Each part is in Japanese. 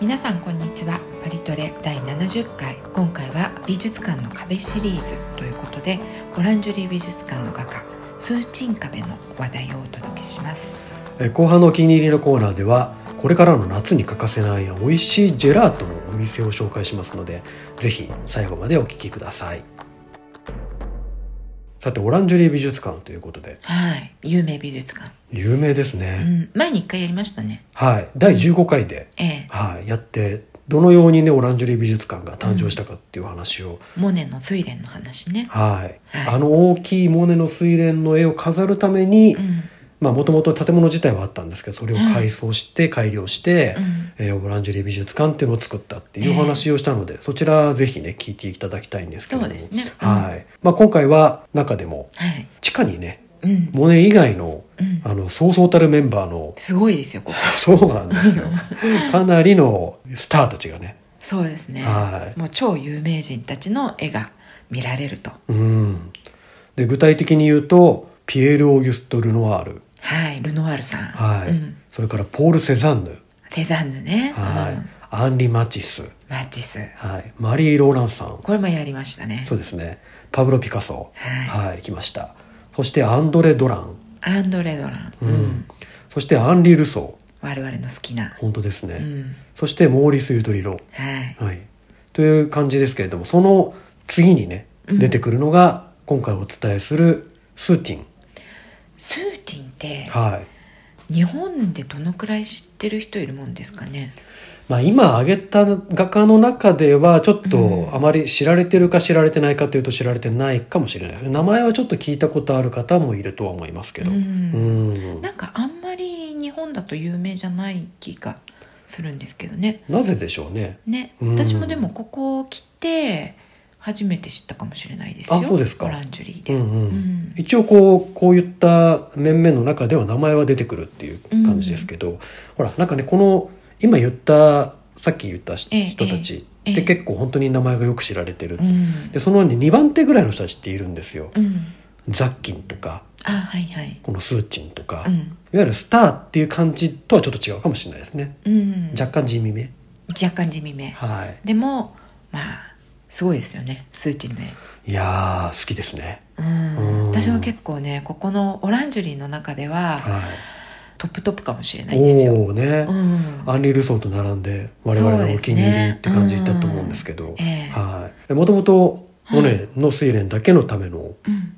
皆さんこんにちはパリトレ第70回今回は美術館の壁シリーズということでオランジュリー美術館の画家スーチン壁の話題をお届けしますえー後半のお気に入りのコーナーではこれからの夏に欠かせない美味しいジェラートのお店を紹介しますのでぜひ最後までお聞きくださいさてオランジュリー美術館ということではい有名美術館、有名ですうね、ん、前に一回やりましたねはい第15回で、ええはい、やってどのようにねオランジュリー美術館が誕生したかっていう話を、モネの睡蓮の話ねはい、はいあの大きいモネの睡蓮の絵を飾るためにうんもともと建物自体はあったんですけどそれを改装して改良して、うんえーオランジュリー美術館っていうのを作ったっていうお話をしたので、そちらぜひね聞いていただきたいんですけれどもそうですねうんはいまあ、今回は中でもはい地下にねうんモネ以外のうんあのそうそうたるメンバーのすごいですよここそうなんです よかなりのスターたちがねそうですねはもう超有名人たちの絵が見られるというんで具体的に言うとピエール・オーギュスト・ルノワール、はいルノワールさんはいうん、それからポール・セザンヌ、セザンヌね、はいうんアンリ・マティス、マチスはい、マリー・ローランさんこれもやりましたねそうですね。パブロ・ピカソ。ははい、来ました。そしてアンドレ・ドラン。アンドレ・ドラン、うん。そしてアンリ・ルソー。我々の好きな、本当ですね。うんそしてモーリス・ユトリロ。はい、はい。という感じですけれども、その次にね、うん出てくるのが、今回お伝えするスーティン。スーティンってはい。日本でどのくらい知ってる人いるもんですかねまあ、今挙げた画家の中ではちょっうんとあまり知られてるか知られてないかというと知られてないかもしれない名前はちょっと聞いたことある方もいるとは思いますけど、ううんん、なんかあんまり日本だと有名じゃない気がするんですけどねなぜでしょうねねうん私もでもここ来て初めて知ったかもしれないですよあそうですかオランジュリーうで、んううんん一応こうこういった面々の中では名前は出てくるっていう感じですけど、ほらなんかねこの今言ったさっき言ったしええ人たちええって結構本当に名前がよく知られてる、うんでその2番手ぐらいの人たちっているんですよ、うんザッキンとかあはいはいこのスーチンとか、ういわんゆるスターっていう感じとはちょっと違うかもしれないですね、うん若干地味め若干地味めはでもまあすごいですよねスーチンの絵いいやー好きですねうんうん私は結構ねここのオランジュリーの中でははトップトップかもしれないいですよ、おおーね、うん、アンリ・ルソーと並んで我々のお気に入りって感じだと思うんですけどそうですねうんはいもともとモネの睡蓮だけのためのうん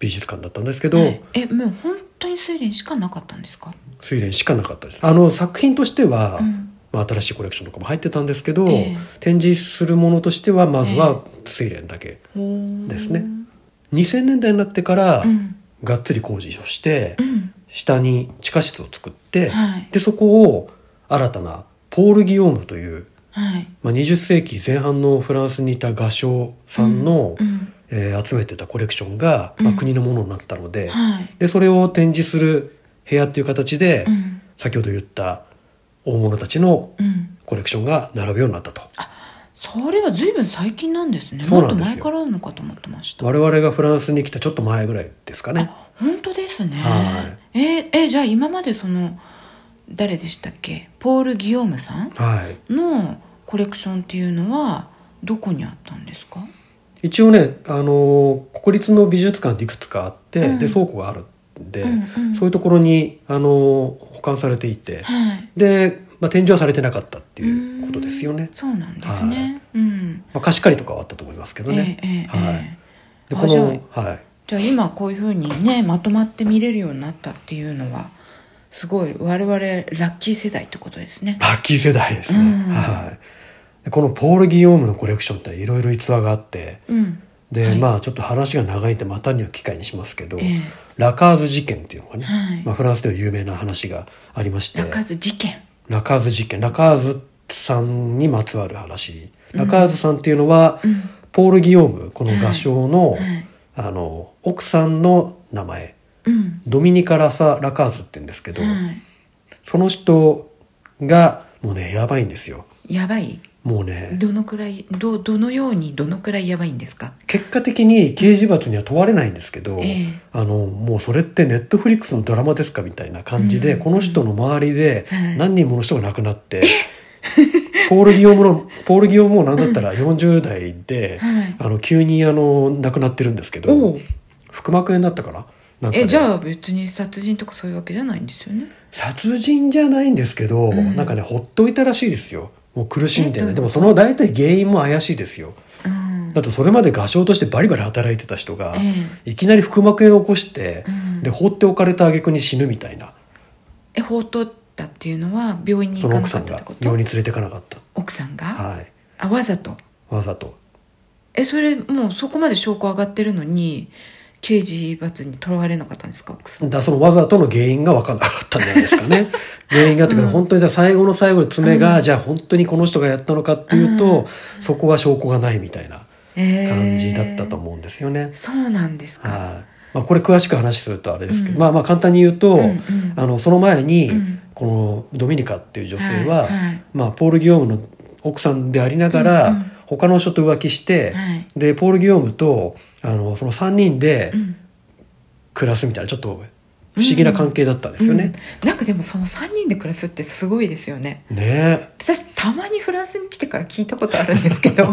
美術館だったんですけど、はいえもう本当に睡蓮しかなかったんですか、睡蓮しかなかったですあの作品としては、うんまあ、新しいコレクションとかも入ってたんですけど、ええ展示するものとしてはまずは睡蓮だけ、ですね2000年代になってから、うんがっつり工事をして、うん下に地下室を作って、はいでそこを新たなポール・ギオームというはいまあ、20世紀前半のフランスにいた画商さんの、うんえー集めてたコレクションが、まうあ、ん国のものになったので,、はいでそれを展示する部屋っていう形で、うん先ほど言った大物たちのうんコレクションが並ぶようになったとそれは随分最近なんですねそもうっなとんですよ前からあるのかと思ってました我々がフランスに来たちょっと前ぐらいですかねあ本当ですね、はえーえーじゃあ今までその誰でしたっけポール・ギオームさんはいのコレクションっていうのはどこにあったんですか一応ね、あのー国立の美術館っていくつかあって、うんで倉庫があるんで、うんうんそういうところに、あのー保管されていて、はいで、まあ、展示はされてなかったっていうことですよねうーんそうなんですね、うんまあ、貸し借りとかはあったと思いますけどね。ええええはいええであこじゃあの、はい、じゃあ今こういうふうにねまとまって見れるようになったっていうのはすごい我々ラッキー世代ってことですねラッキー世代ですね。うんはい。でこのポール・ギオームのコレクションっていろいろ逸話があって、うんで、はいまあちょっと話が長いんでまたには機会にしますけど、ええラカーズ事件っていうのがね、はいまあ、フランスでは有名な話がありまして、中津事件ラカーズ事件、ラカーズさんにまつわる話。ラカーズさんっていうのは、うんポール・ギオーム、この画商の、はいあの、奥さんの名前、うんドミニカ・ラサ・ラカーズって言うんですけど、はその人がもうねやばいんですよいやばいもうねどのくらいどどのようにどのくらいやばいんですか結果的に刑事罰には問われないんですけど、ええあのもうそれってネットフリックスのドラマですかみたいな感じで、うんこの人の周りではい何人もの人が亡くなって、 ポール・ギオムのポール・ギオムもなんだったら40代で、はい。あの急にあの亡くなってるんですけおどう腹膜炎だったかななんかでえじゃあ別に殺人とかそういうわけじゃないんですよね。殺人じゃないんですけど、うんなんかねほっといたらしいですよもう苦しんでえどういうこねとでもその大体原因も怪しいですようん。だってそれまで画商としてバリバリ働いてた人が、えいきなり腹膜炎を起こしてえ、うんで放っておかれた挙句に死ぬみたいなえ放っとったっていうのは病院にそ行かなの奥かさっんたっがてこと病院に連れてかなかった奥さんが、はいあわざとわざとえそれもうそこまで証拠上がってるのに刑事罰にとらわれなかったんですか奥さんだからそのわざとの原因が分からなかったんじゃないですか ね原因がっていうか、うん本当にじゃあ最後の最後で爪が、うんじゃあ本当にこの人がやったのかっていうと、そこは証拠がないみたいな感感じだったと思うんですよね、そうなんですかはい、まあ、これ詳しく話するとあれですけど、うんまあまあ簡単に言ううと、んうんあのその前に、うんこのドミニカっていう女性は、はいはいまあ、ポール・ギオームの奥さんでありながら、うんうん他の人と浮気して、はいでポール・ギオームとあのその3人でうん暮らすみたいなちょっと不思議な関係だったんですよね。うんなんかでもその3人で暮らすってすごいですよねね私たまにフランスに来てから聞いたことあるんですけ ど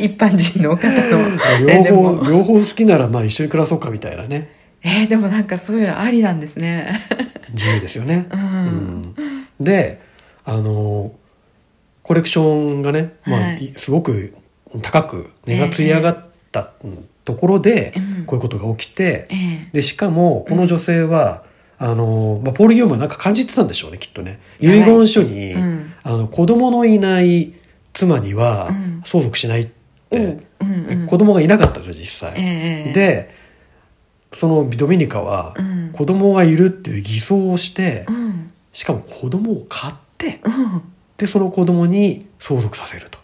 一般人の方のええ両でも方両方好きならまあ一緒に暮らそうかみたいなねえーでもなんかそういうのありなんですね自由ですよねう。んうんであのコレクションがね、まあはいいすごく高く値がつり上がったうんところでうんこういうことが起きてええでしかもこの女性は、あのまあ、ポール・ギョームはなんか感じてたんでしょうねきっとね。やばい遺言書に、うんあの子供のいない妻にはうん相続しないって、おううんうん子供がいなかったんですよ実際。ええでそのドミニカはうん子供がいるっていう偽装をしてうんしかも子供を買ってうんでその子供に相続させると。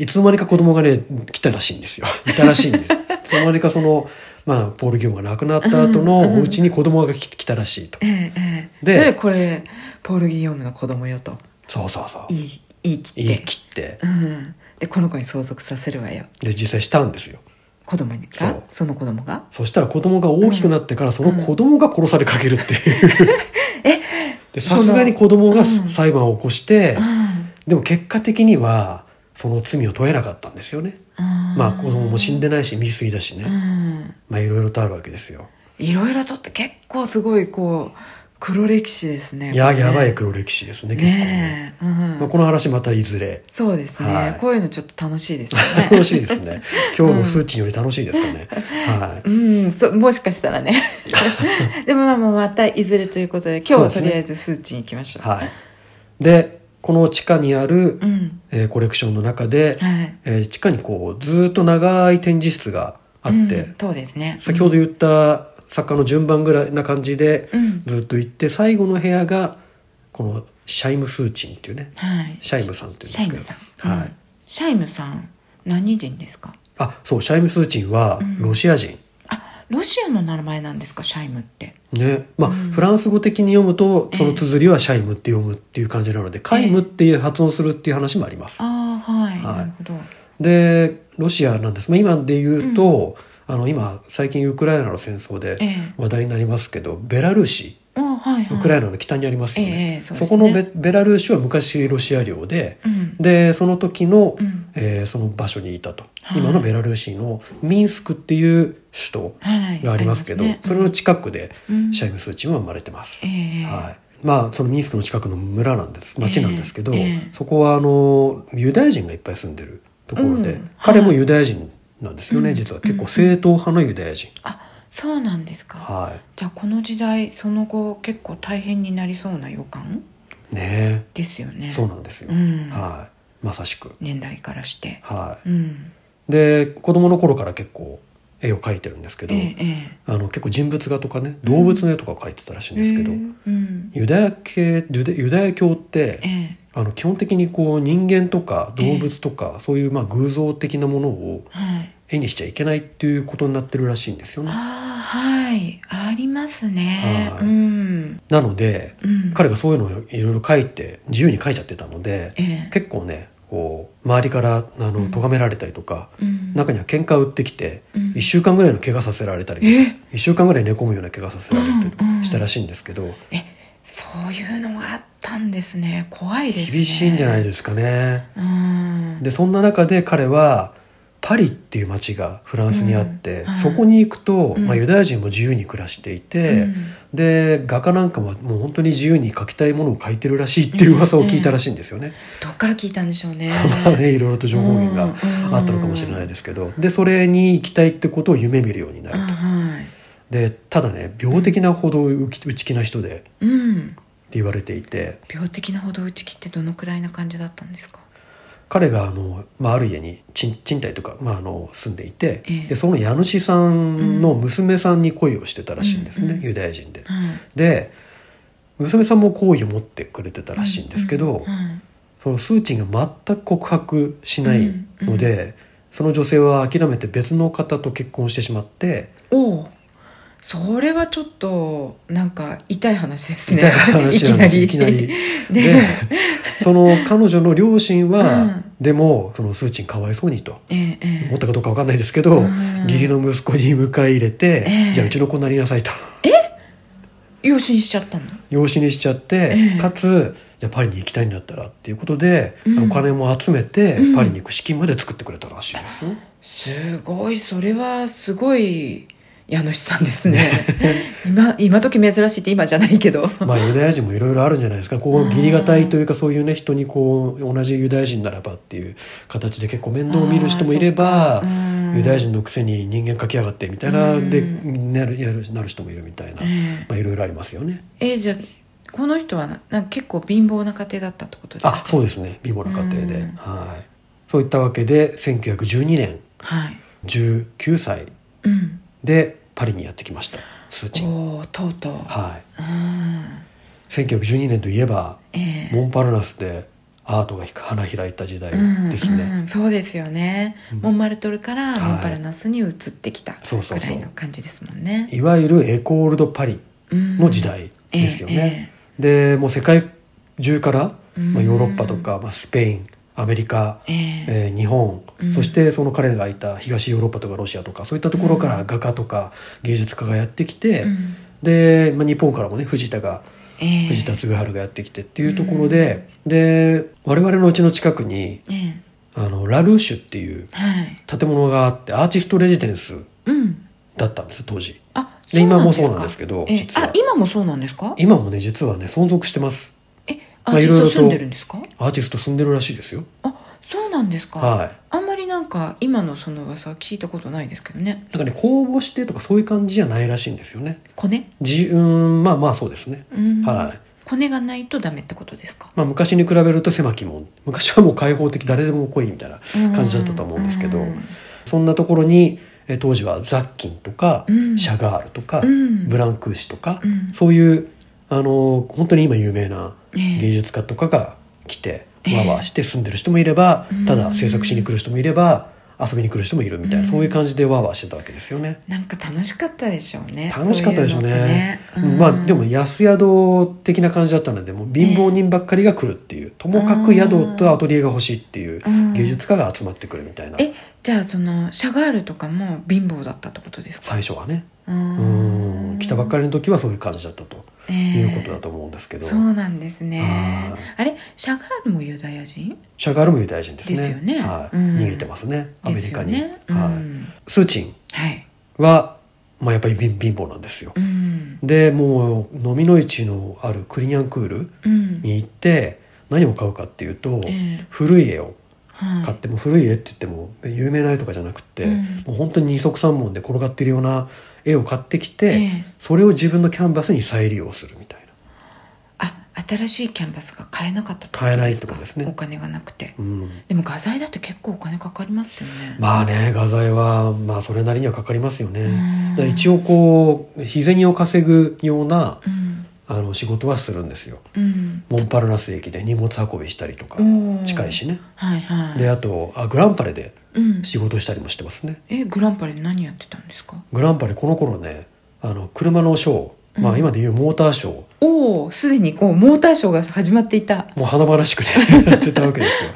いつの間にか子供がね来たらしいんですよいたらしいんですいつの間にかその、まあ、ポール・ギョームが亡くなった後うんうんのうんお家に子供が来来たらしいと、ええええでそれこれポール・ギヨームの子供よとそうそうそう言い言い切って言い切ってうん、でこの子に相続させるわよで実際したんですよ子供にかそそうの子供がそしたら子供が大きくなってからその子供が殺されかけるっていう、 でさすがに子供がうん裁判を起こして、うんでも結果的にはその罪を問えなかったんですよね。まあ子供も死んででないし未遂だしね、うんまあいろいろとあるわけですよ。いろいろとって結構すごいこう黒歴史ですねいや、これねやばい黒歴史ですね結構ね。ねえ、うんまあ、この話またいずれそうですね、はいこういうのちょっと楽しいですよね楽しいで すね。今日の数値より楽しいですかね。はうんそもしかしたらね でもまあまあまたいずれといいうことで今日はとりあえず数値に行きましょい、うはい、でこの地下にある、うんえーコレクションの中で、はいえー地下にこうずーっと長い展示室があって、うんそうですね先ほど言った作家の順番ぐらいな感じでうんずっと行って最後の部屋がこのシャイム・スーチンっていうねはい、シャイムさんっていうんシャイムですけさどん、うんはいシャイムさん何人ですかあそうシャイム・スーチンはうんロシア人、あロシアの名前なんですかシャイムってねまあ、うんフランス語的に読むとその綴りはシャイムって読むっていう感じなので、カイムっていう発音するっていう話もありますああはい、はいなるほどでロシアなんです、まあ、今で言うと、あの今最近ウクライナの戦争えでえ話題になりますけどベラルーシあはいはいウクライナナの北にありますよええね。そうですそねこのベベラルーシは昔ロシア領で、うんでその時の、うんえーその場所にいたと、はい今のベラルーシのミンスクっていう首都はいがありますけど、ありますそれの近くでうんシャイムスーチンは生まれてます。ええはいまあ、そのミンスクの近くの村なんです町なんですけど、ええええそこはあのユダヤ人がいっぱい住んでるところで、うん彼もユダヤ人なんですよね、うん実は結構正統派のユダヤ人、あそうなんですか、はじゃあこの時代その後結構大変になりそうな予感いねですよねえそうなんですよ、うんはいまさしく年代からしてはいうんで子供の頃から結構絵を描いてるんですけど、えええあの結構人物画とかね動物の絵とか描いてたらしいえんですけど、ええうんユダヤ系ユダユダヤ教って、ええあの基本的にこう人間とか動物とか、そういうまあ偶像的なものをはい絵にしちゃいけないっていうことになってるらしいんですよね。ああはいありますね、はいうん、なのでうん、彼がそういうのをいろいろ描いて自由に描いちゃってたのでええ結構ねこう周りからあうのん咎められたりとか、うん中には喧嘩を売ってきてうん1週間ぐらいの怪我させられたりとかえ1週間ぐらい寝込むような怪我させられたりとかうんうんしたらしいんですけど、えそういうのがあったんですね怖いですね厳しいんじゃないすですかね。かうんでそんな中で彼はパリっていう街がフランスにあって、うんはいそこに行くと、うんまあ、ユダヤ人も自由に暮らしていて、うんで画家なんかももう本当に自由に描きたいものを描いてるらしいっていう噂を聞いたらしいんですよね。どっから聞いたんでしょう ねまあねいろいろと情報源があったのかもしれないですけどでそれに行きたいってことを夢見るようになうんると。はいでただね病的なほど内内気な人でってうん言われていて病的なほど打ち切ってどのくらいな感じだったんですか彼があの、まあ、ある家に賃賃貸とか、まあ、あの住んでいて、ええでその家主さんの娘さんに恋をしてたらしいんですね、うんうんユダヤ人で。うんで娘さんも好意を持ってくれてたらしいんですけど、うんうんそのスーチンが全く告白しないので、その女性は諦めて別の方と結婚してしまっておうそれはちょっとなんか痛い話ですね痛い話なんですいきなり。で ねその彼女の両親は、うんでもそのスーチンかわいそうにとええええ思ったかどうかわかんないですけど、うん義理の息子に迎え入れて、ええじゃあうちの子になりなさ いと養子にしちゃったの養子にしちゃって、ええかつじゃあパリに行きたいんだったらっていうことで、うんお金も集めて、うんパリに行く資金まで作ってくれたらしいですよ。すごいそれはすごい家主さんですね今今時珍しいって今じゃないけどまあユダヤ人もいろいろあるんじゃないですかこうんう義理がたいというかそういうね人にこう同じユダヤ人ならばっていう形で結構面倒を見る人もいればあーそっかうんユダヤ人のくせに人間書き上がってみたいな、うんでなるやるなる人もいるみたいな、えまあ、いろいろありますよね。えじゃあこの人はななんか結構貧乏な家庭だったってことですかあそうですね貧乏な家庭で、うんはいそういったわけで1912年はい19歳うんでパリにやってきましたスーチン。おおとうとうはういん1912年といえばええモンパルナスでアートが花開いた時代うんですね。うんそうですよね、うんモンマルトルからいモンパルナスに移ってきたぐそうそうらそういの感じですもんね、いわゆるエコールドパリうんの時代ですよね。でもう世界中から、うんまあ、ヨーロッパとか、まあ、スペインアメリカ、えええええー日本、うんそしてその彼らがいた東ヨーロッパとかロシアとかそういったところから画家とか芸術家がやってきて、うんで、まあ、日本からもね藤田がええ藤田嗣治がやってきてっていうところで、で我々のうちの近くにええあのラルーシュっていうはい建物があってアーティストレジデンスうんだったんです当時。あで今もそうなんかですけどええ実はあ今もそうなんですか今もね実はね存続してますえアまあーティいろいストろと住んでるんですか、アーティスト住んでるらしいですよあそうなんですか、はいあんまりなんか今のその噂は聞いたことないですけどねなんかね公募してとかそういう感じじゃないらしいんですよねコネじうーんまあまあそうですね、うんはいコネがないとダメってことですかまあ、昔に比べると狭き門昔はもう開放的誰でも来いみたいな感じだったと思うんですけど、うんそんなところにえ当時はザッキンとか、うんシャガールとか、うんブランクーシとか、うんそういうあの本当に今有名な芸ええ術家とかが来て、ええわわして住んでる人もいれば、うんただ制作しに来る人もいれば遊びに来る人もいるみたいな、うんそういう感じでわわしてたわけですよね。なんか楽しかったでしょうね楽しかったでしょうねそういうのってねうんまあでも安宿的な感じだったのでもう貧乏人ばっかりが来るっていう、ともかく宿とアトリエが欲しいっていううん芸術家が集まってくるみたいな、えじゃあそのシャガールとかも貧乏だったってことですか最初はねううん来たばっかりの時はそういう感じだったとりいうことだと思うんですけど、そうなんですねはいあれシャガールもユダヤ人シャガールもユダヤ人ですねですよねはいうん逃げてますねアメリカに、ですよねはいうんスーチンはいは、まあ、やっぱり貧貧乏なんですよう、んでもう飲みの市のあるクリニャンクールうんに行って何を買うかっていうと、ええ古い絵をはい買っても古い絵って言っても有名な絵とかじゃなくて、うんもう本当に二足三門で転がってるような絵を買ってきて、ええそれを自分のキャンバスに再利用するみたいな。あ新しいキャンバスが買えなかったって買えないってことですねお金がなくてうんでも画材だって結構お金かかりますよね、まあね画材はまあそれなりにはかかりますよね。うんだから一応こう日銭を稼ぐようなうんあの仕事はするんですよ。うんモンパルナス駅で荷物運びしたりとかおー近いしね。はいはいであとあグランパレでうん、仕事したりもしてますね。えグランパレで何やってたんですかグランパレこの頃ねあの車のショー、まうあん今でいうモーターショーおおすでにこうモーターショーが始まっていた、もう華々 しくねやってたわけですよ。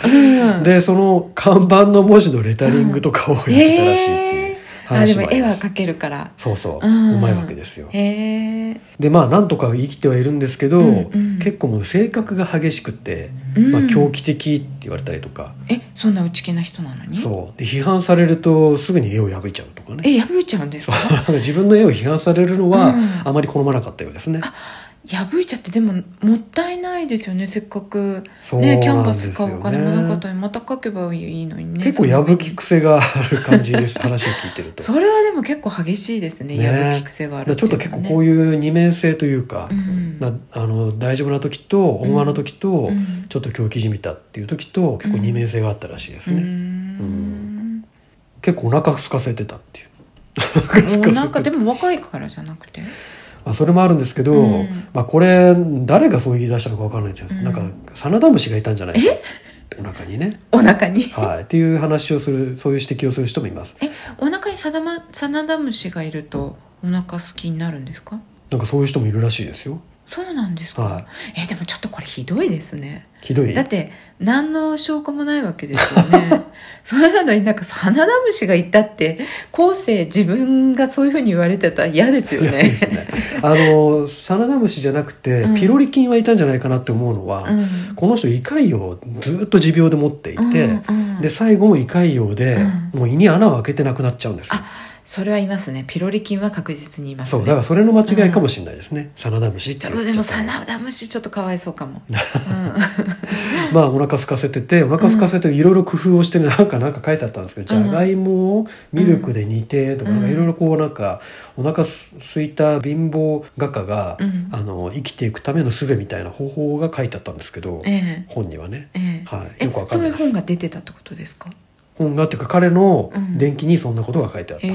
うん、でその看板の文字のレタリングとかをやってたらしいってえいう。ーあで話ももあり絵はます。描けるからそうそう、ううんまいわけですよ。へえ、でまあなんとか生きてはいるんですけど、うんうん結構もう性格が激しくて、うんまあ、狂気的って言われたりとか、えそんな内気な人なのにそうで批判されるとすぐに絵を破いちゃうとかね。え破いちゃうんですか 自分の絵を批判されるのはうんあまり好まなかったようですね。破いちゃってでももったいないですよねせっかくそうねキャなンバんスです買ようおね金もなかったのにまた描けばいいのにね結構破き癖がある感じ です。話を聞いてると。それはでも結構激しいですねね破き癖があるだからちょっと結構こういいう二面性というかう、んなあの大丈夫な時と温和な時と、うんちょっと狂気じみたっていう時と結構二面性があったらしいですうね、ん結構お腹空かせてたっていうお 腹空かせてなんかでも若いからじゃなくてまあ、それもあるんですけど、うんまあ、これ誰がそう言い出したのかわからないんですけど、うんなんかサナダムシがいたんじゃないかお腹にね、お腹にはい、っていう話をするそういう指摘をする人もいますえお腹にサダマサナダムシがいるとお腹好きになるんですかなんかそういう人もいるらしいですよそうなんですか、はえでもちょっとこれひどいですねひどいだって何の証拠もないわけですよ ねそれなのになんかサナダムシがいたって後世自分がそういうふうに言われてたら嫌ですよいやそうねですよねあのサナダムシじゃなくてうんピロリ菌はいたんじゃないかなって思うのは、うんこの人胃潰瘍をずっと持病で持っていて、うんうんで最後も胃潰瘍で、うもう胃に穴を開けてなくなっちゃうんですよそれはいますねピロリ菌は確実にいますそうねだからそれの間違いかもしれないですね、サナダムシってちょっ言とっでちゃもったサのはナダムシちょっとかわいそうか も、まあお腹空かせててお腹空かせていろいろ工夫をしてねなんかなんか書いてあったんですけど、うんじゃがいもをミルクで煮てとかうんいろいろこうなんかお腹すすいた貧乏画家が、うんあの生きていくための術みたいな方法が書いてあったんですけどうん、え本にはねえええはいえよくわかそんうないいうです本が出てたってことですか本がっていうか彼のうん伝記にそんなことが書いてあったっていう、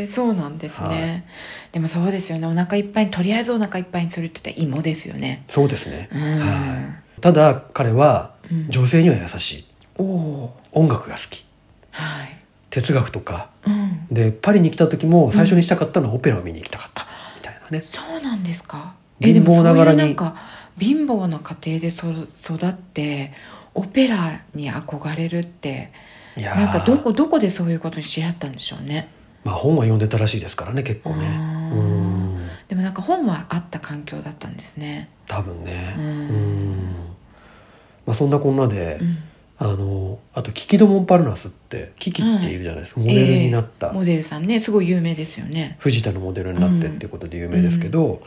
へえそうなんですね、はいでもそうですよねお腹いっぱいにとりあえずお腹いっぱいにするって言ったら芋ですよねそうですね、うんはい、ただ彼はうん女性には優しいおお音楽が好きはい哲学とかうんでパリに来た時も最初にしたかったのはオペラを見に行きたかったみたいなね、そうなんですか貧乏ながえでもそらにういうなんか貧乏な家庭でそ育ってオペラに憧れるっていやーなんかどこどこでそういうことに知り合ったんでしょうねまあ本は読んでたらしいですからね結構ねあーうんでもなんか本はあった環境だったんですね多分ねううんんまあそんなこんなで、うんあのあとキキド・モンパルナスってキキっているじゃないですか、モデルになった、ええモデルさんねすごい有名ですよね藤田のモデルになってっていうことで有名ですけど、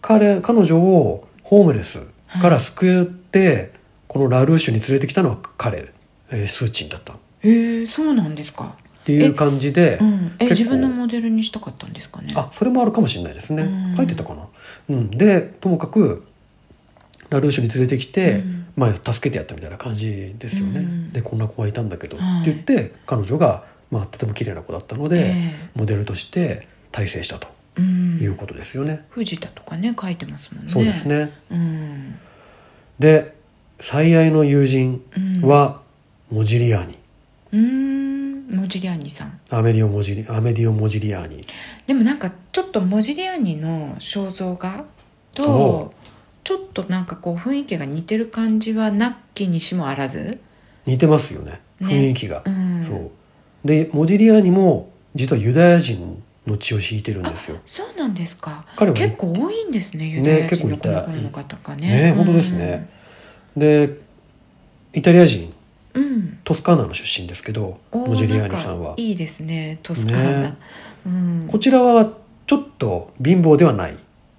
彼彼女をホームレスから救って、このラ・ルーシュに連れてきたのは彼、えースーチンだったっへえそうなんですかていう感じで、うん、え自結構分のモデルにしたかったんですかねあそれもあるかもしれないですね、うん書いてたかな。うん、でともかくラ・ルーシュに連れてきうて、んまあ、助けてやったみたいな感じですよね。うんでこんな子がいたんだけど、はいって言って彼女が、まあ、とても綺麗な子だったので、えモデルとして大成したとえうんいうことですよね。藤田とかね書いてますもんねそうですねうん、で最愛の友人うん、はモジリアーニ、うーんモジリアーニさんアメリオ・モジリアメリオ・モジリアーニでもなんかちょっとモジリアーニの肖像画とそちょっとなんかこう雰囲気が似てる感じはなきにしもあらず、似てますよねね雰囲気が、うん、そうでモジリアーニも実はユダヤ人の血を引いてるんですよそうなんですか彼は結構多いんですねユダヤ人のねこ結構いのた頃の方がねね本当ですね、でイタリア人うん、うんトスカーナの出身ですけどおーモジリアーニさんなはかいいですねトスカーナ、ねうん、こちらはちょっと貧乏ではない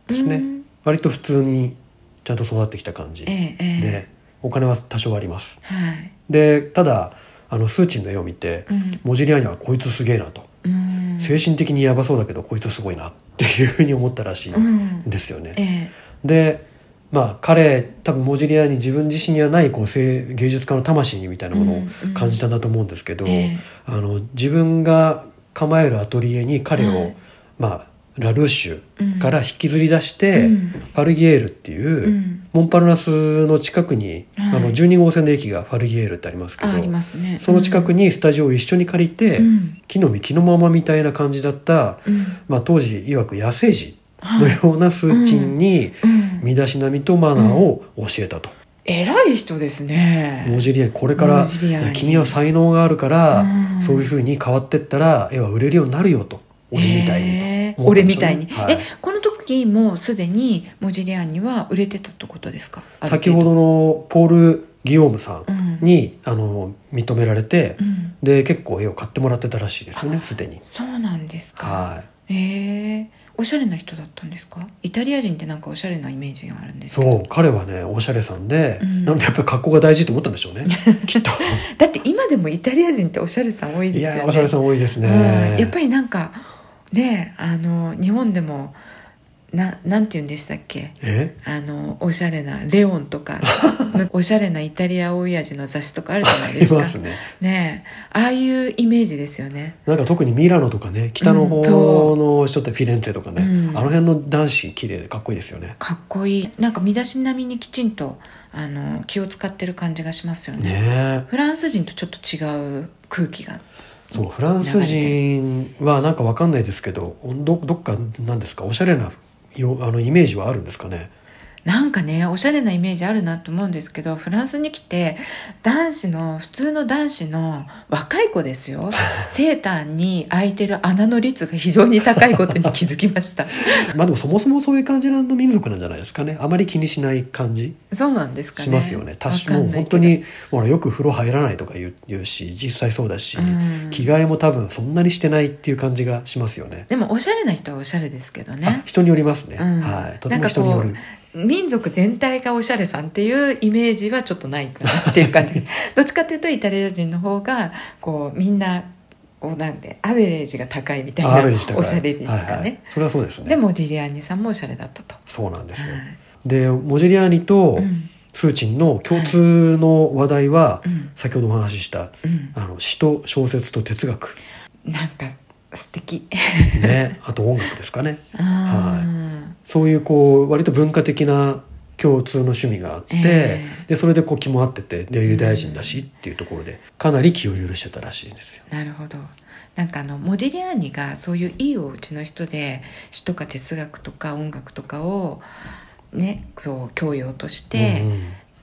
ですね、うん割と普通にちゃんと育ってきた感じえで、えええお金は多少ありますはいでただあのスーチンの絵を見て、うんモジリアーニはこいつすげえなと、うん精神的にやばそうだけどこいつすごいなっていうふうに思ったらしいうんんですよね。えでまあ彼多分モジリアーニ自分自身にはないこうせい芸術家の魂みたいなものうんうんを感じたんだと思うんですけど、ええあの自分が構えるアトリエに彼を、はいまあ、ラ・ルーシうんュから引きずり出して、うんパルギエールっていう、うんモンパルナスの近くに、はいあの12号線の駅がパルギエールってありますけあどありますねその近くにスタジオを一緒に借りて、うん木の実木のままみたいな感じだった、うんうんまあ、当時いわく野生児はのいようなスーチンにうん身だしなみとマナーを教えたと、偉い人ですね文字利合いこれから文字利合いいや君は才能があるからうんそういうふうに変わってったら絵は売れるようになるよと俺みたいにえとー思った俺んみでしょうたねいに、はいえこの時もうすでにモジリアンには売れてたってことですかある程先ほどのポール・ギオームさんうんにあの認められてうんで結構絵を買ってもらってたらしいですよねすでにそうなんですかはえいーおしゃれな人だったんですかイタリア人ってなんかおしゃれなイメージがあるんですけどそう彼はねおしゃれさんで、うんなのでやっぱり格好が大事と思ったんでしょうねきっと だって今でもイタリア人っておしゃれさん多いでいすよねやおしゃれさん多いですね、うんやっぱりなんかねあの日本でもななんて言うんでしたっけえあのおしゃれなレオンとか おしゃれなイタリア大親父の雑誌とかあるじゃないでいすかますねねえああいうイメージですよねなんか特にミラノとかね北の方の人ってフィレンツェとかね、うんあの辺の男子綺麗でかっこいいですよねかっこいいなんか身だしなみにきちんとあの気を使ってる感じがしますよねねえフランス人とちょっと違う空気がそうフランス人はなんかわかんないですけどどどっかなんですかおしゃれなよあのイメージはあるんですかねなんかねおしゃれなイメージあるなと思うんですけどフランスに来て男子の普通の男子の若い子です よセーターに開いてる穴の率が非常に高いことに気づきま したまあでもそもそもそういう感じの民族なんじゃないですかねあまり気にしない感じそうなんですかねしますよね確かわもんうない本け当どにほらよく風呂入らないとか言う言うし実際そうだし、うん着替えも多分そんなにしてないっていう感じがしますよねでもおしゃれな人はおしゃれですけどあね人によりますね、うんはいとてなんもか人によるこう民族全体がおしゃれさんっていうイメージはちょっとないかなっていう 感じですどっちかというとイタリア人の方がこうみんなこうなんでアベレージが高いみたいなあるしたおしゃれですかね、はいはい、それはそうですねでモジリアーニさんもおしゃれだったと。そうなんですよ、はいでモジェリアーニとうんスーチンの共通の話題は、うん先ほどお話ししたうん、あの詩と小説と哲学、なんか素敵 ね、あと音楽ですかねはそういうこう割と文化的な共通の趣味があって、えでそれでこう気も合っててでユダヤ人だしっていうところでかなり気を許してたらしいんですよ。なるほどなんかあのモディリアーニがそういういいお家の人で詩とか哲学とか音楽とかをねそう教養としてうんうん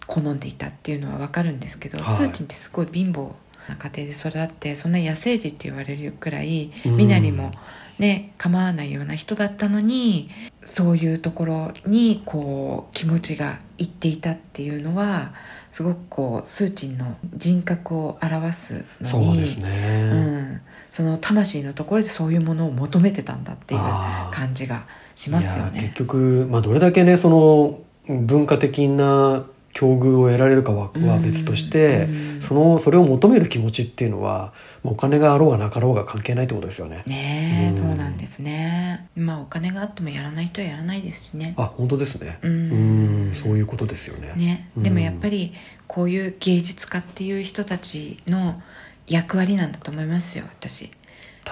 好んでいたっていうのはわかるんですけど、はいスーチンってすごい貧乏な家庭で育ってそんな野生児って言われるくらいうん身なりもね構わないような人だったのにそういうところにこう気持ちがいっていたっていうのはすごくこうスーチンの人格を表すのにそうですね、うん、その魂のところでそういうものを求めてたんだっていうあー感じがしますよいや結ね。局、まあ、どれだけねその文化的な境遇を得られるかはうんは別として、うんそのそれを求める気持ちっていうのはもうお金があろうがなかろうが関係ないってことですよね。ねえ、うんそうなんですね。まあお金があってもやらない人はやらないですしね。あ本当ですね。うんんそういうことですよね。ね、うんでもやっぱりこういう芸術家っていう人たちの役割なんだと思いますよ私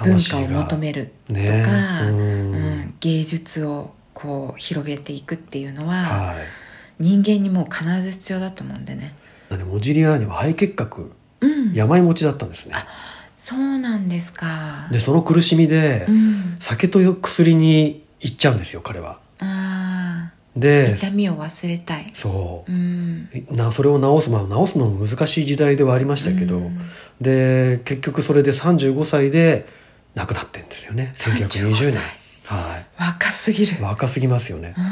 文魂化をが求めるとか、ねううんん芸術をこう広げていくっていうのははい。人間にもう必ず必要だと思うんでね、だねモジリアーニは肺結核うん、病持ちだったんですね。そうなんですかでその苦しみで、うん、酒と薬に行っちゃうんですよ彼は。あーで痛みを忘れたい、そうう。ん、なそれを直す、まあ、直すのも難しい時代ではありましたけど、うんで結局それで35歳で亡くなってんですよね1920 35歳年は若すぎるい、若すぎますよねうん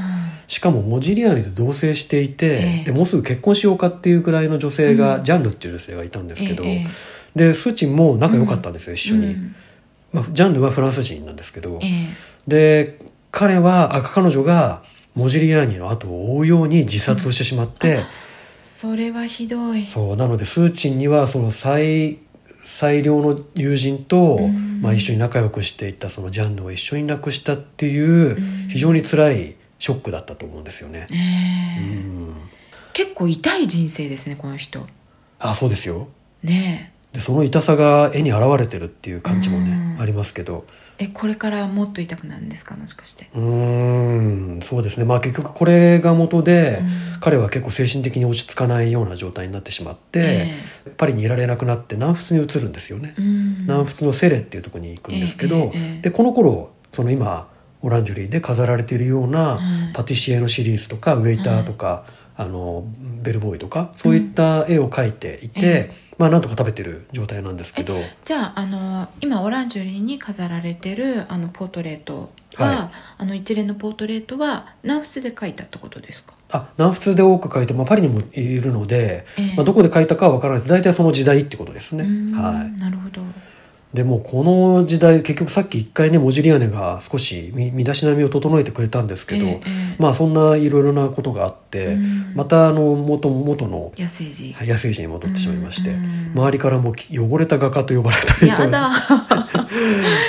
しかもモジリアニと同棲していて、ええでもうすぐ結婚しようかっていうくらいの女性が、うんジャンヌっていう女性がいたんですけど、ええでスーチンも仲良かったんですよ、一緒に、うんまあ、ジャンヌはフランス人なんですけど、ええで彼はあ彼女がモジリアーニの後を追うように自殺をしてしまって、それはひどいそうなのでスーチンにはその最最良の友人と、うんまあ、一緒に仲良くしていたそのジャンヌを一緒に亡くしたっていううん非常に辛いショックだったと思うんですよね。えうえん、結構痛い人生ですねこの人あそうですよねでその痛さが絵に表れてるっていう感じもね、うんありますけどええこれからもっと痛くなるんですかもしかしてうーんそうですねまあ結局これが元で、うん彼は結構精神的に落ち着かないような状態になってしまって、えパリにいられなくなって南仏に移るんですよね。えうん南仏のセレっていうところに行くんですけど、ええええでこの頃その今オランジュリーで飾られているようなうんパティシエのシリーズとかウェイターとか、あのベルボーイとかそういった絵を描いていうて、んまあ、なんとか食べてる状態なんですけどじゃああの今オランジュリーに飾られてるあのポートレートは、はあの一連のポートレートは南仏で描いたってことですか、あ南仏で多く描いて、まあ、パリにもいるので、ええまあ、どこで描いたかは分からないです大体その時代ってことですねうー。んはいなるほどでもうこの時代結局さっき一回ねモジリアネが少しみ身だしなみを整えてくれたんですけど、ええええまあそんないろいろなことがあって、うんまたあの元元の野生児はい野生児に戻ってしまいまして、うん周りからもうき汚れた画家と呼ばれたりとやだ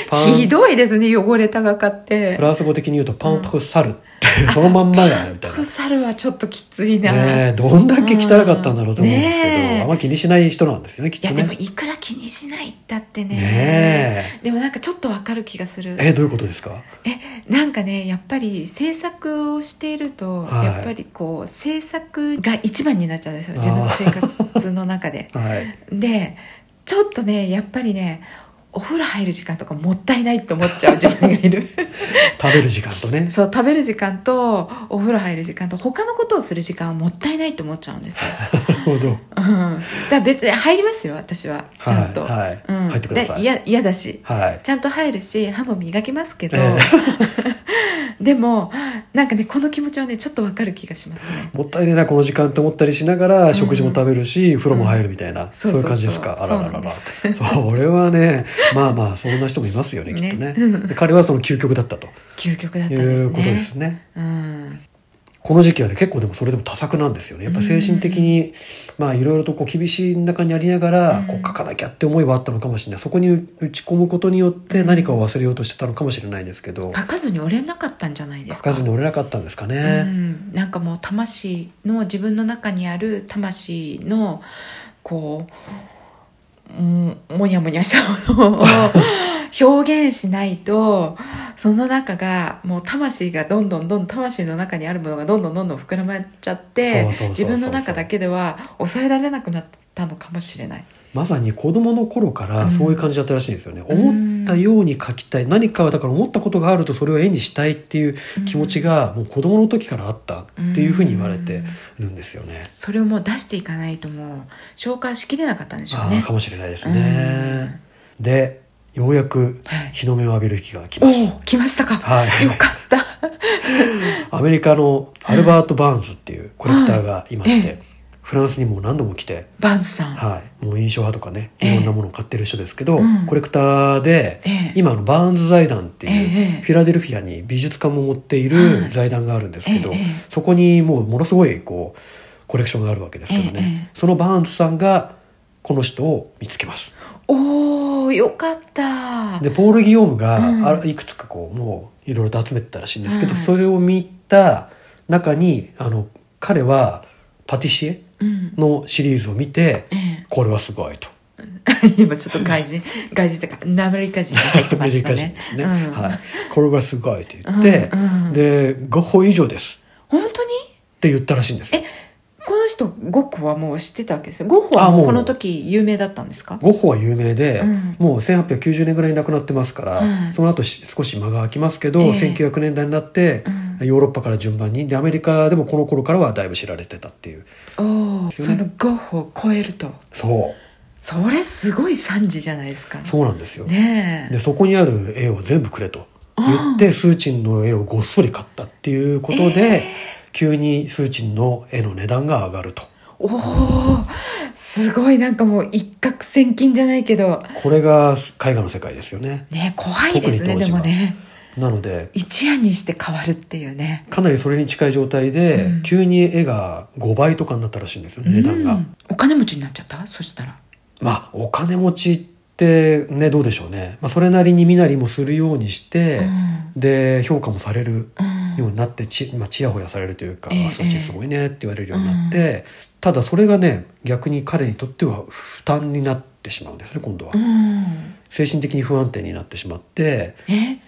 パンひどいですね汚れた画家ってフランス語的に言うとパントフサルって、そのまんまだみたいな。腐るはちょっときついな、ねえどんだけ汚かったんだろうと思うんですけど、うんねえあんま気にしない人なんですよねきっいとやね。でもねいくら気にしないったってねえでもなんかちょっとわかる気がするえどういうことですかえなんかねやっぱり制作をしていると、はいやっぱりこう制作が一番になっちゃうんですよ自分の生活の中ではいでちょっとねやっぱりねお風呂入る時間とかもったいないって思っちゃう自分がいる食べる時間と ねそう食べる時間とお風呂入る時間と他のことをする時間はもったいないって思っちゃうんですよ、なるほどうん、だから別に入りますよ私はちゃんと、はいはいうん、入ってくださいでや嫌だしはいちゃんと入るし歯も磨きますけど、え でもなんかねこの気持ちはねちょっとわかる気がしますねもったいねえなこの時間って思ったりしながら食事も食べるし、風呂も入るみたいな、そういう感じですかあららそうならんらでそすう俺はねまあまあそんな人もいますよねきっとねねうんで彼はその究極だったと 究極だったんいですねうことですねうんこの時期はね結構でもそれでも多作なんですよねやっぱ精神的に、まあいろいろとこう厳しい中にありながら、うんこう書かなきゃって思いはあったのかもしれないそこに打ち込むことによって何かを忘れようとしてたのかもしれないですけど、書かずに折れなかったんじゃないで書すかかずに折れなかったんですかうね、ん、なんかもう魂の自分の中にある魂のこう、うん、もにゃもにゃしたものを表現しないとその中がもう魂がどんどんどんどん魂の中にあるものがどんどんどんどん膨らまっちゃってそうそうそうそ自う分の中だけでは抑えられなくなったのかもしれない。まさに子供の頃からそういう感じだったらしいんですよね、うん思ったように書きたい何かだから思ったことがあるとそれを絵にしたいっていう気持ちがもう子供の時からあったっていうふうに言われてるんですよね、それをもう出していかないともう消化しきれなかったんでしょあうねあか。もしれないですね、でようやくはい日の目を浴びる日が来おます、お来ましたか、 はいよかった。アメリカのアルバート・バーンズっていうコレクターがいまして、はいえフランスにも何度も来て、バンズさん。はい、もう印象派とかねええいろんなものを買ってる人ですけど、うんコレクターで、ええ今あのバーンズ財団ってえいえうフィラデルフィアに美術館も持っていはいる財団があるんですけど、ええそこにもうものすごいこうコレクションがあるわけですけどえね、えそのバーンズさんがこの人を見つけます。おおよかった。でポール・ギヨームが、うんあいくつかこうもういろいろと集めてたらしいんですけど、はいそれを見た中にあの彼はパティシエうん。のシリーズを見て、え これはすごいと。え、今ちょっと外人、外人というか、アメリカ人が入ってアメまリしたカ ね。人ですね、うん、はい、これはすごいと言って、うんうんで5歩以上です本当にって言ったらしいんですよえこの人、ゴッホはもう知ってたわけですよ。ゴッホはあももううこの時有名だったんですかゴッホは有名で、うんもう1890年ぐらいに亡くなってますから、はいその後し少し間が空きますけど、ええ1900年代になって、うんヨーロッパから順番にでアメリカでもこの頃からはだいぶ知られてたっていうおお、ですそよねのゴッホを超えると。そうそれすごい惨事じゃないですか。そうなんですよ、ねでそこにある絵を全部くれと言ってスーチンの絵をごっそり買ったっていうことで、急にスーチンの絵の値段が上がるとえ。おお、すごいなんかもう一攫千金じゃないけど、これが絵画の世界ですよねね怖いですね、特に当で時もはね。なので一夜にして変わるっていうね。かなりそれに近い状態で、うん急に絵が5倍とかになったらしいんですよね値段が、うんお金持ちになっちゃったそしたらまあお金持ちってねどうでしょうね、まあ、それなりに身なりもするようにして、で評価もされるうんようになってち,、まあ、ちやほやされるというか「ええあそっちすごいね」って言われるようになって、ただそれがね逆に彼にとっては負担になってしまうんですね今度は、うん精神的に不安定になってしまってえ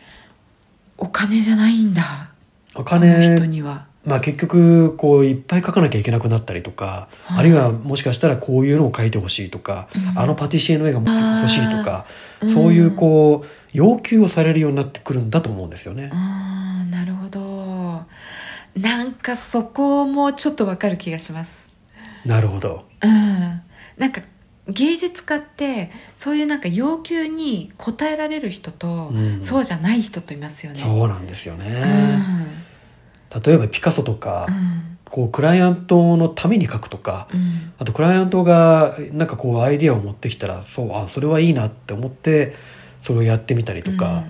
お金じゃないんだおこの人金にはまあ結局こういっぱい書かなきゃいけなくなったりとか、はいあるいはもしかしたらこういうのを書いてほしいとか、うんあのパティシエの絵が欲しいとか、あーそういうこう要求をされるようになってくるんだと思うんですよね。ああなるほどなんかそこもちょっとわかる気がします。なるほどうん、なんか芸術家ってそういうなんか要求に応えられる人と、うんそうじゃない人といますよね。そうなんですようねん、例えばピカソとかうんこうクライアントのために書くとかうんあとクライアントがなんかこうアイディアを持ってきたらそうあそれはいいなって思ってそれをやってみたりとか、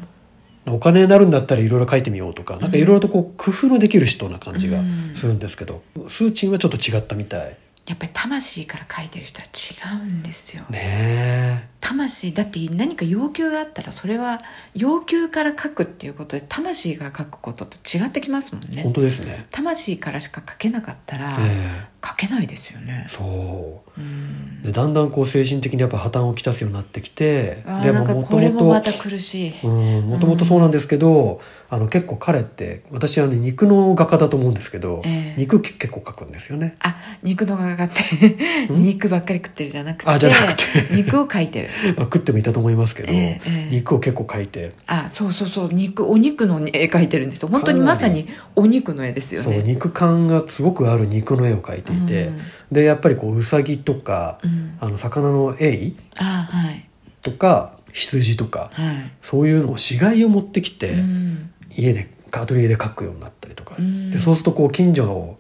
お金になるんだったらいろいろ書いてみようとかなんかいろいろとこう工夫のできる人な感じがするんですけど、スーチンはちょっと違ったみたいやっぱり魂から書いてる人は違うんですよ。ね魂だって何か要求があったらそれは要求から書くっていうことで魂から書くことと違ってきますもんえね本。当ですね、魂からしか書けなかったらえ書けないですよねえ。そううんでだんだんこう精神的にやっぱ破綻をきたすようになってきてあーでなんかこれ元も々また苦しい。うんもともとそうなんですけど、あの結構彼って私あの肉の画家だと思うんですけど、ええ肉結構描くんですよね。あ肉のがかかってうん肉ばっかり食ってるじゃなくてあじゃなく肉を描いてる。まあ、食ってもいたと思いますけど、ええええ肉を結構描いて、あそうそうそう肉お肉の絵描いてるんですよ本当にまさにお肉の絵ですよそうね。肉感がすごくある肉の絵を描いていて、うんでやっぱりこううさぎとか、うん、あの魚のエイあはいとか羊とかはい。そういうのを死骸を持ってきて、うん家でアトリエで描くようになったりとか、うんでそうするとこう近所の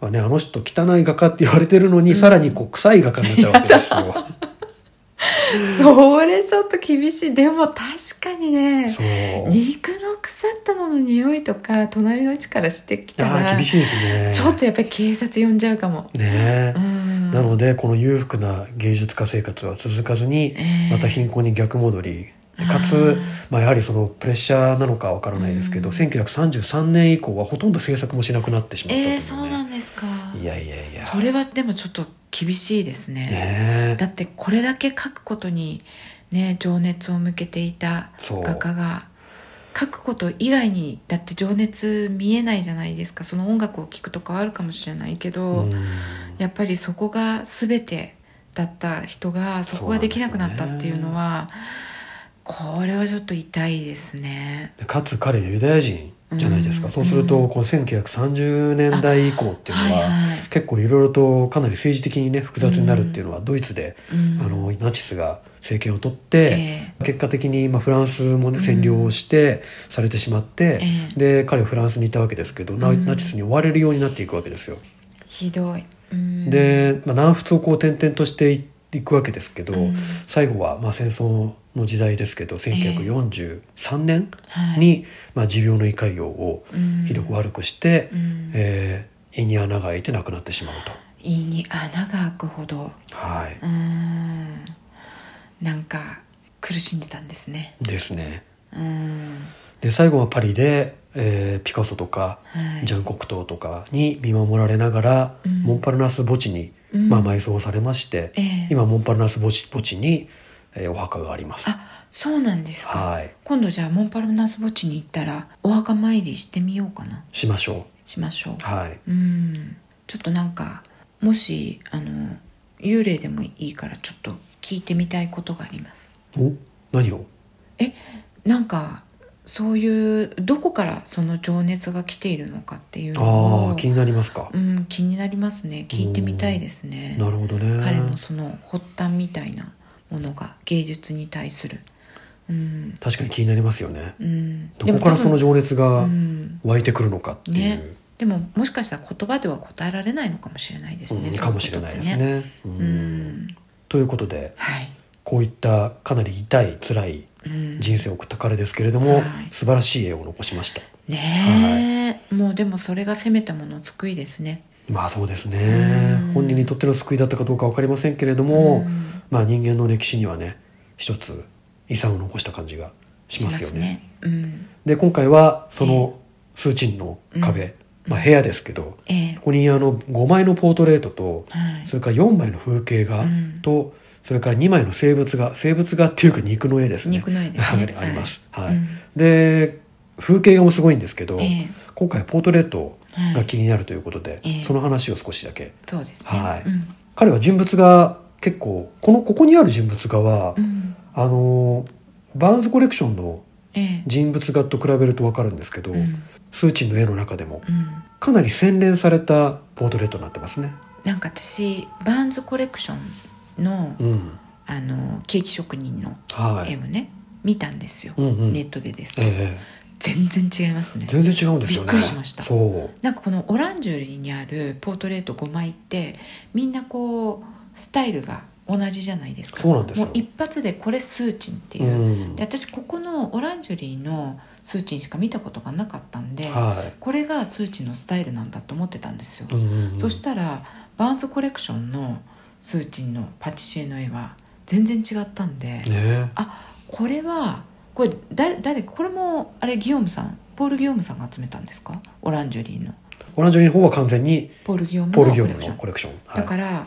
はね、あの人汚い画家って言われてるのに、うんさらにこう臭い画家になっちゃうわけです よ。それちょっと厳しいでも確かにねそう。肉の腐ったのの匂いとか隣の位置からしてきたあらあ厳しいですね。ちょっとやっぱり警察呼んじゃうかも、ねうえ、ん、なのででこの裕福な芸術家生活は続かずに、ええまた貧困に逆戻り。でかつ、まあ、やはりそのプレッシャーなのかわからないですけど、うん1933年以降はほとんど制作もしなくなってしまったといえねー、そうなんですかいやいやいや。それはでもちょっと厳しいですねねえだってこれだけ書くことにね情熱を向けていたそう画家が書くこと以外にだって情熱見えないじゃないですかその音楽を聴くとかはあるかもしれないけど、うんやっぱりそこが全てだった人がそこができなくなったっていうのはこれはちょっと痛いですね。でかつ彼ユダヤ人じゃないですか、うんそうするとこの1930年代以降っていうのは、はいはい結構いろいろとかなり政治的にね複雑になるっていうのはドイツで、うんあのナチスが政権を取って、え結果的にまあフランスもねうん占領をして、されてしまって、ええで彼はフランスにいたわけですけど、ナうんナチスに追われるようになっていくわけですよ。えひどい。うん、で、まあ、南仏をこう転々としていいくわけですけど、うん最後はまあ戦争の時代ですけど1943年はいにまあ持病の胃潰瘍をうんひどく悪くして、うんえー胃に穴が開いて亡くなってしまう胃に穴が開くほどと。はいうーんなんか苦しんでたんですねですね。うーんで最後はパリで、えーピカソとか、はいジャン・コクトーとかに見守られながら、うんモンパルナス墓地に、うんまあ、埋葬されまして、ええ今モンパルナス墓地墓地に、えーお墓があります。あそうなんですか、はい今度じゃあモンパルナス墓地に行ったらお墓参りしてみようかなしましょしましょうう。はい。うんちょっとなんかもしあの幽霊でもいいからちょっと聞いてみたいことがありますお何をえなんかそういうどこからその情熱が来ているのかっていうのあをあ気になりますか。うん、気になりますね聞いてみたいですねなるほどね。彼のその発端みたいなものが芸術に対するうん確かに気になりますよね。うんどこからそのでも情熱多が分うん湧いてくるのかっていねう、でももしかしたら言葉では答えられないのかもしれないですね、うんそううかもしれないですことってね。ううんんということではい、こういったかなり痛い辛いうん、人生を送った彼ですけれども、はい素晴らしい絵を残しました。ねえ、もうでもそれがせめてもの救いですねまあそうですねうん本人にとっての救いだったかどうか分かりませんけれども、うんまあ人間の歴史にはね一つ遺産を残した感じがしますよね。しますねで今回はそのスーチンの壁、まあ、部屋ですけど、うんええここにあの5枚のポートレートとはいそれから4枚の風景画うんと、それから2枚の生物画生物画っていうか肉の絵ですね肉の絵ですねあります、はいはいうんで風景画もすごいんですけど、ええ今回ポートレートはがい気になるということで、ええその話を少しだけ、そうですねはいうん彼は人物画結構このここにある人物画は、うんあのバーンズコレクションのええ人物画と比べると分かるんですけど、うんスーチンの絵の中でもうんかなり洗練されたポートレートになってますね。なんか私バーンズコレクションのうん、あのケーキ職人のは絵をい。ね見たんですよ、うんうん。ネッえトでですけど、え全然違いますね全然違うんですよびっね。くりしましたそう。なんかこのオランジュリーにあるポートレート5枚ってみんなこうスタイルが同じじゃないですかそうなんですよもう一発でこれスーチンっていうう、んで。私ここのオランジュリーのスーチンしか見たことがなかったんで、はこれがスーチンのスタイルなんだと思ってたんですよ、い。うんうんうんそしたらバーンズコレクションのスーチンのパティシエの絵は全然違ったんで、ね。これはこれ誰誰これもあれギヨームさんポール・ギヨームさんが集めたんですかオランジュリーのオランジュリーの方は完全にポール・ギヨームポール・のギョコーレクショムのンコレクション。はいだから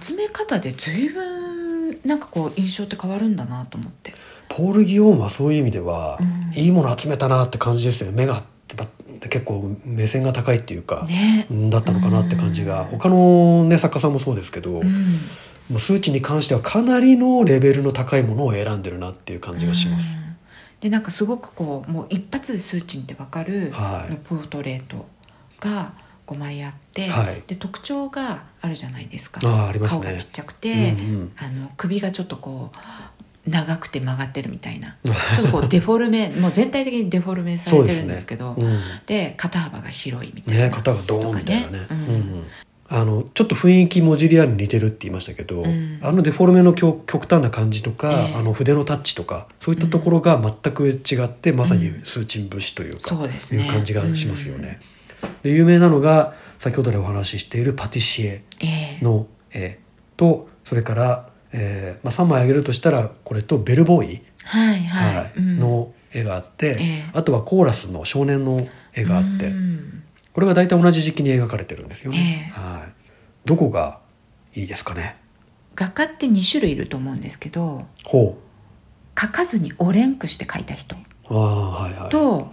集め方で随分なんかこう印象って変わるんだなと思って、ポール・ギオームはそういう意味では、うんいいもの集めたなって感じですよね目がば結構目線が高いっていうか、ねうんだったのかなって感じが、うん他の、ね、作家さんもそうですけど、うもんう数値に関してはかなりのレベルの高いものを選んでるなっていう感じがしますう。んでなんかすごくこうもう一発で数値ってわかるはのいポートレートが5枚あって、はいで特徴があるじゃないですかあーありますね顔がちっちゃくて、うんあの首がちょっとこう長くて曲がってるみた いなちょっとこうデフォルメもう全体的にデフォルメさそれうてでるすんねですけどうんで肩幅が広いみたいな、ね、型がドーンみたいなねとかねうんうんあのちょっと雰囲気モジリアーニに似てるって言いましたけど、うんあのデフォルメの極極端な感じとか、ええあの筆のタッチとかそういったところが全く違って、まさに数値節というか、そうですいねう感じがしますよね。で有名なのが先ほどでお話ししているパティシエうんええの絵とそれから、えーまあ、3枚挙げるとしたらこれと「ベルボーイ」はいはい、はいうんの絵があって、ええあとは「コーラス」の少年の絵があっうて、んこれが大体同じ時期に描かれてるんですよね。えはいどこがいいですかね画家って2種類いると思うんですけどほ書かずにおれんくして書いた人うああはいはい。と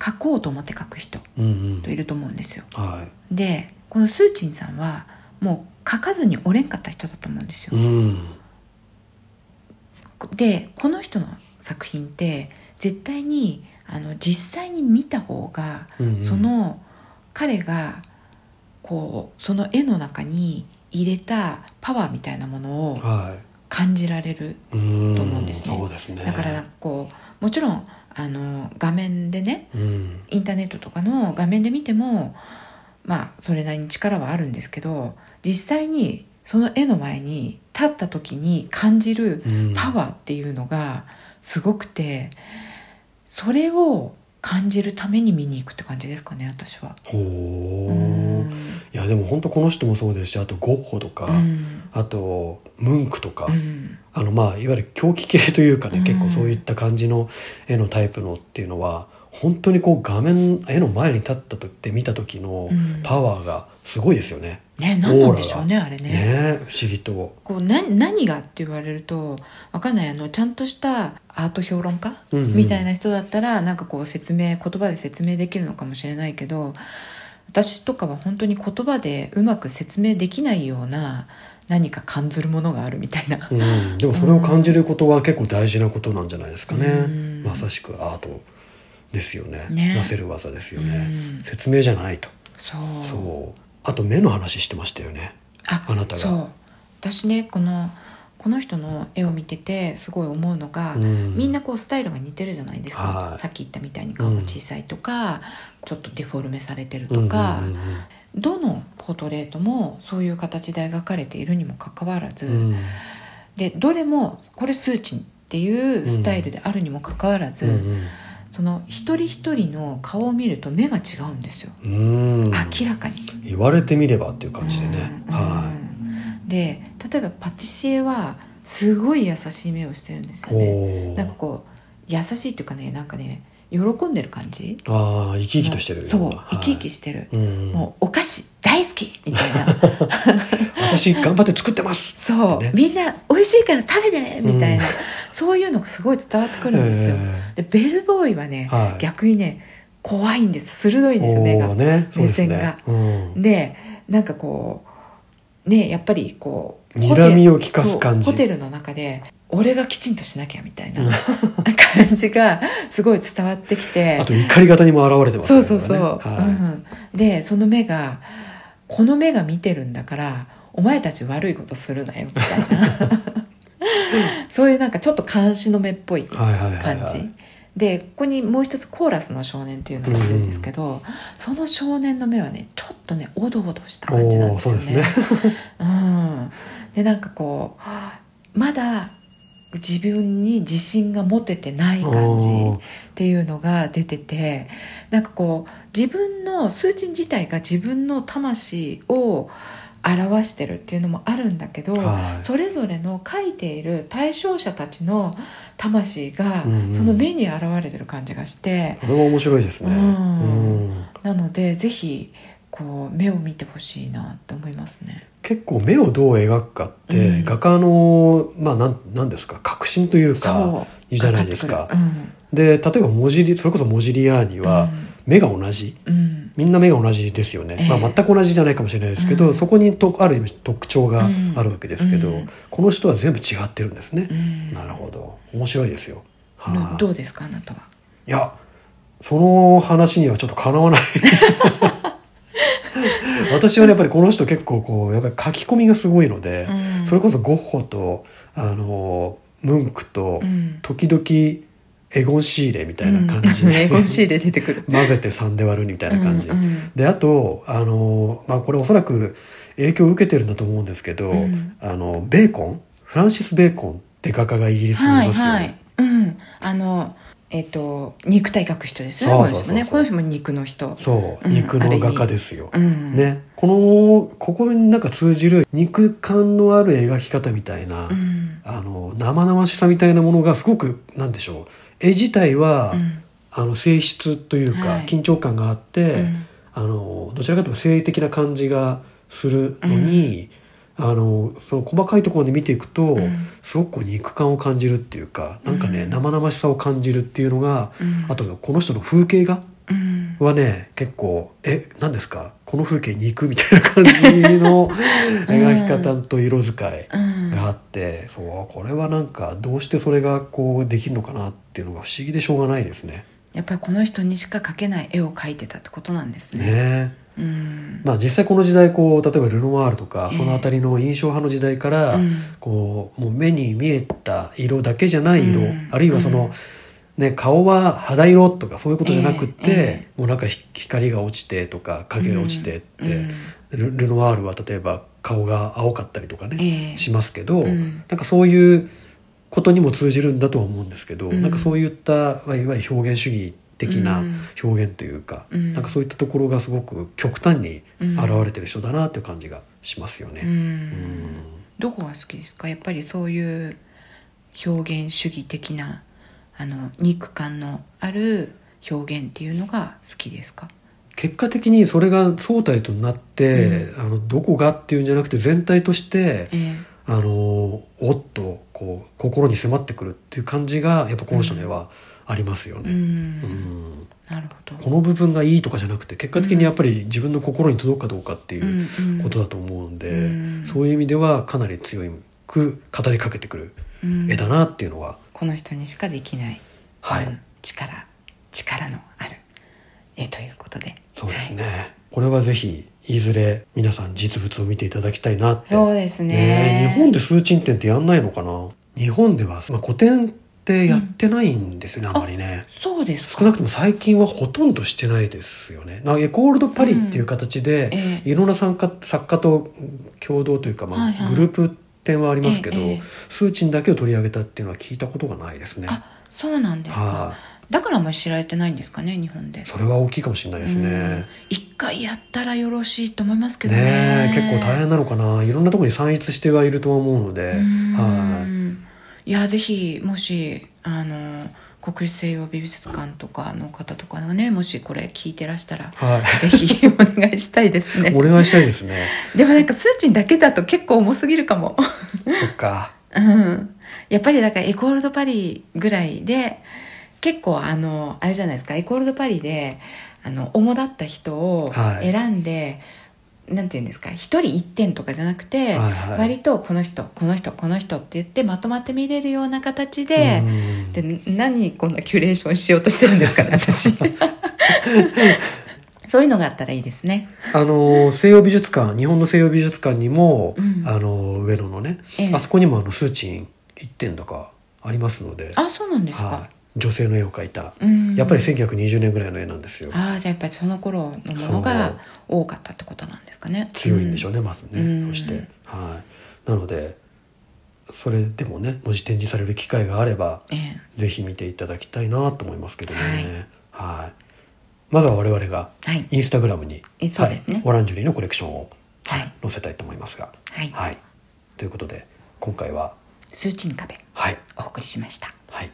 書こうと思って書く人うんうんといると思うんですよはでこのスーチンさんはもう書かずにおれんかった人だと思うんですい、うよんでこの人の作品って絶対にあの実際に見た方がうんうんその彼がこうその絵の中に入れたパワーみたいなものをは感じられるい、うんと思うんですねそうですねだからなんかこうもちろんあの画面でねうんインターネットとかの画面で見てもまあそれなりに力はあるんですけど実際にその絵の前に立った時に感じるうん、パワーっていうのがすごくてそれを感じるために見に行くって感じですかね私は。ほううんいやでも本当この人もそうですしあとゴッホとか、うんあとムンクとか、うんあのまあいわゆる狂気系というかね、うん結構そういった感じの絵のタイプのっていうのは本当にこう画面絵の前に立ったとって見た時のうんパワーがすごいですよね。ね何なんでしょうねあれね。ねえ不思議と。こうな何がって言われるとわかんないあのちゃんとしたアート評論家うんうんみたいな人だったらなんかこう説明言葉で説明できるのかもしれないけど私とかは本当に言葉でうまく説明できないような何か感じるものがあるみたいな。うん、でもそれを感じることは結構大事なことなんじゃないですかね、うんまさしくアートですよねねなせる技ですよね、うん説明じゃないとそうそうあと目の話してましたよねああなたがそう私ねこのこの人の絵を見ててすごい思うのが、うんみんなこうスタイルが似てるじゃないですか、はいさっき言ったみたいに顔が小さいとか、ちょっとデフォルメされてるとか、うんうんどのポートレートもそういう形で描かれているにもかかわらず、うんうんでどれもこれ数値っていうスタイルであるにもかかわらず、うんその一人一人の顔を見ると目が違うんですよ、うんうん明らかに。言われてみればっていう感じでね、うんはうんで例えばパティシエはすごい優しい目をしてるんですい、よねおおなんかこう優しいっていうかねなんかね喜んでる感じああ生き生きとしてるそう要は生き生きしてる、はいうん、もうお菓子大好きみたいな 私頑張って作っ てますそう、ねみんな美味しいから食べてねみたいな、そういうのがすごい伝わってくるんですよ、でえベルボーイはね、はい逆にね怖いんです鋭いんえですよ目がおーねそうです目線ねが、うん、でなんかこうねやっぱりこう睨みを利かす感じホテルそうホテルの中で俺がきちんとしなきゃみたいな感じがすごい伝わってきてあと怒り方にも現れてますそねうそうそう、これねうはん、でその目がこの目が見てるんだからお前たち悪いことするなよみたいな そういうなんかちょっと監視の目っぽいい、はいはいはい感はいじ、でここにもう一つコーラスの少年っていうのがいるんですけど、その少年の目はねちょっとねおどおどした感じなんですよね。おーそううん、でなんかこうまだ自分に自信が持ててない感じおーっていうのが出ててなんかこう自分の数値自体が自分の魂を表してるっていうのもあるんだけど、はいそれぞれの書いている対象者たちの魂がうんうんその目に現れてる感じがして、これは面白いですね。うんうんなのでぜひこう目を見てほしいなって思いますね。結構目をどう描くかって、うん画家のまあなんなんですか革新というかそういいじゃないですかか。ってくるで例えばモジリそれこそモジリアーニうん、は目が同じ。うん、うんみんな目が同じですよね、ええまあ、全く同じじゃないかもしれないですけうど、んそこにとある意味特徴があるわけですけど、うんこの人は全部違ってるんですねう、んなるほど面白いですよ、はいどどうですかあなたは。いやその話にはちょっとか なわない私はねやっぱりこの人結構こうやっぱり書き込みがすごいので、うんそれこそゴッホとあのムンクとうん時々エゴン・シーレみたいな感じうん エで、ゴンシーレ出てくる混ぜて3で割るみたいな感じ、うんうんであとあの、まあ、これおそらく影響を受けてるんだと思うんですけど、うんあのベーコンフランシス・ベーコンって画家がイギリスにいはまいすよね。はい、うん、あのえっ、と肉体描く人ですよねそうそうそうそうこの人もねこの人も肉の人そううん肉の画家ですよ、うん、ね、このここになんか通じる肉感のある描き方みたいな、うんあの生々しさみたいなものがすごくなんでしょう絵自体は、うんあの性質というか、はい緊張感があって、うんあのどちらかというと性的な感じがするのに、あのその細かいところまで見ていくと、うんすごくこう肉感を感じるっていうかなんかね、うん生々しさを感じるっていうのが、うんあとこの人の風景がうんはね結構「え何ですかこの風景肉?」みたいな感じ の描き方と色使いうんがあって、そうこれはなんかどうしてそれがこうできるのかなっていうのが不思議でしょうがないですね。やっぱりこの人にしか描けない絵を描いてたってことなんですね。ねうんまあ、実際この時代こう例えばルノワールとかええその辺りの印象派の時代から、うんこうもう目に見えた色だけじゃない色、うんあるいはその、ね、顔は肌色とかそういうことじゃなくって、えええもうなんかひ光が落ちてとか影が落ちてって、うんルルノワールは例えば顔が青かったりとかね、ええしますけど、うんなんかそういうことにも通じるんだとは思うんですけど、うんなんかそういったまあいわゆる表現主義的なうん表現というか、うんなんかそういったところがすごく極端にうん現れてる人だなという感じがしますようね。んどこが好きですかやっぱりそういう表現主義的なあの肉感のある表現っていうのが好きですか結果的にそれが総体となって、あのどこがっていうんじゃなくて全体としてええあのおっとこう心に迫ってくるっていう感じがやっぱこの人にはありますようね。んうんなるほど。この部分がいいとかじゃなくて結果的にやっぱり自分の心に届くかどうかってういうんうんことだと思うんで、うんそういう意味ではかなり強く語りかけてくるうん絵だなっていうのは、この人にしかできない、はい、うん力力のある絵ということでそうですはいね、これはぜひいずれ皆さん実物を見ていただきたいなってそうですねねえ日本で数値展ってやんないのかな日本では、まあ、古典ってやってないんですよね、うんあんまりねそうですか少なくとも最近はほとんどしてないですよね。なエコールドパリっていう形で、ええいろんな参加作家と共同というか、まあはいはいグループ展はありますけど、ええええ数値だけを取り上げたっていうのは聞いたことがないですね。あそうなんですはかだからあんまり知られてないんですかね日本でそれは大きいかもしれないですうんね。一回やったらよろしいと思いますけどねねえ結構大変なのかないろんなところに散逸してはいるとは思うので、はいい、いやぜひもしあの国立西洋美術館とかの方とかのねもしこれ聞いてらしたらはぜひお願いしたいです い、ねお願いしたいで すね。でもなんか数値だけだと結構重すぎるかもそっか、 うんやっぱりだからエコールドパリぐらいで結構あのあれじゃないですかエコールドパリであの主だった人をはい選んで、なんていうんですか一人一点とかじゃなくて、はいはい割とこの人この人この人って言ってまとまって見れるような形で、うんで何こんなキュレーションしようとしてるんですかね 私そういうのがあったらいいですねあの西洋美術館日本の西洋美術館にも、うんあの上野のね、ええあそこにもあのスーチン1点とかありますのであそうなんですか、はい、女性の絵を描いた、うんやっぱり1920年ぐらいの絵なんですよああじゃあやっぱりその頃のものが多かったってことなんですかね強いんでしょううね、まずね、うんそして、はい、なのでそれでもねもし展示される機会があればんえぜひ見ていただきたいなと思いますけどね、はいまずは我々がえはいインスタグラムに、えそうですねはいオランジュリーのコレクションをはい載せたいと思いますが。はい、はい、ということで今回は数値に壁はい、お送りしましたはい、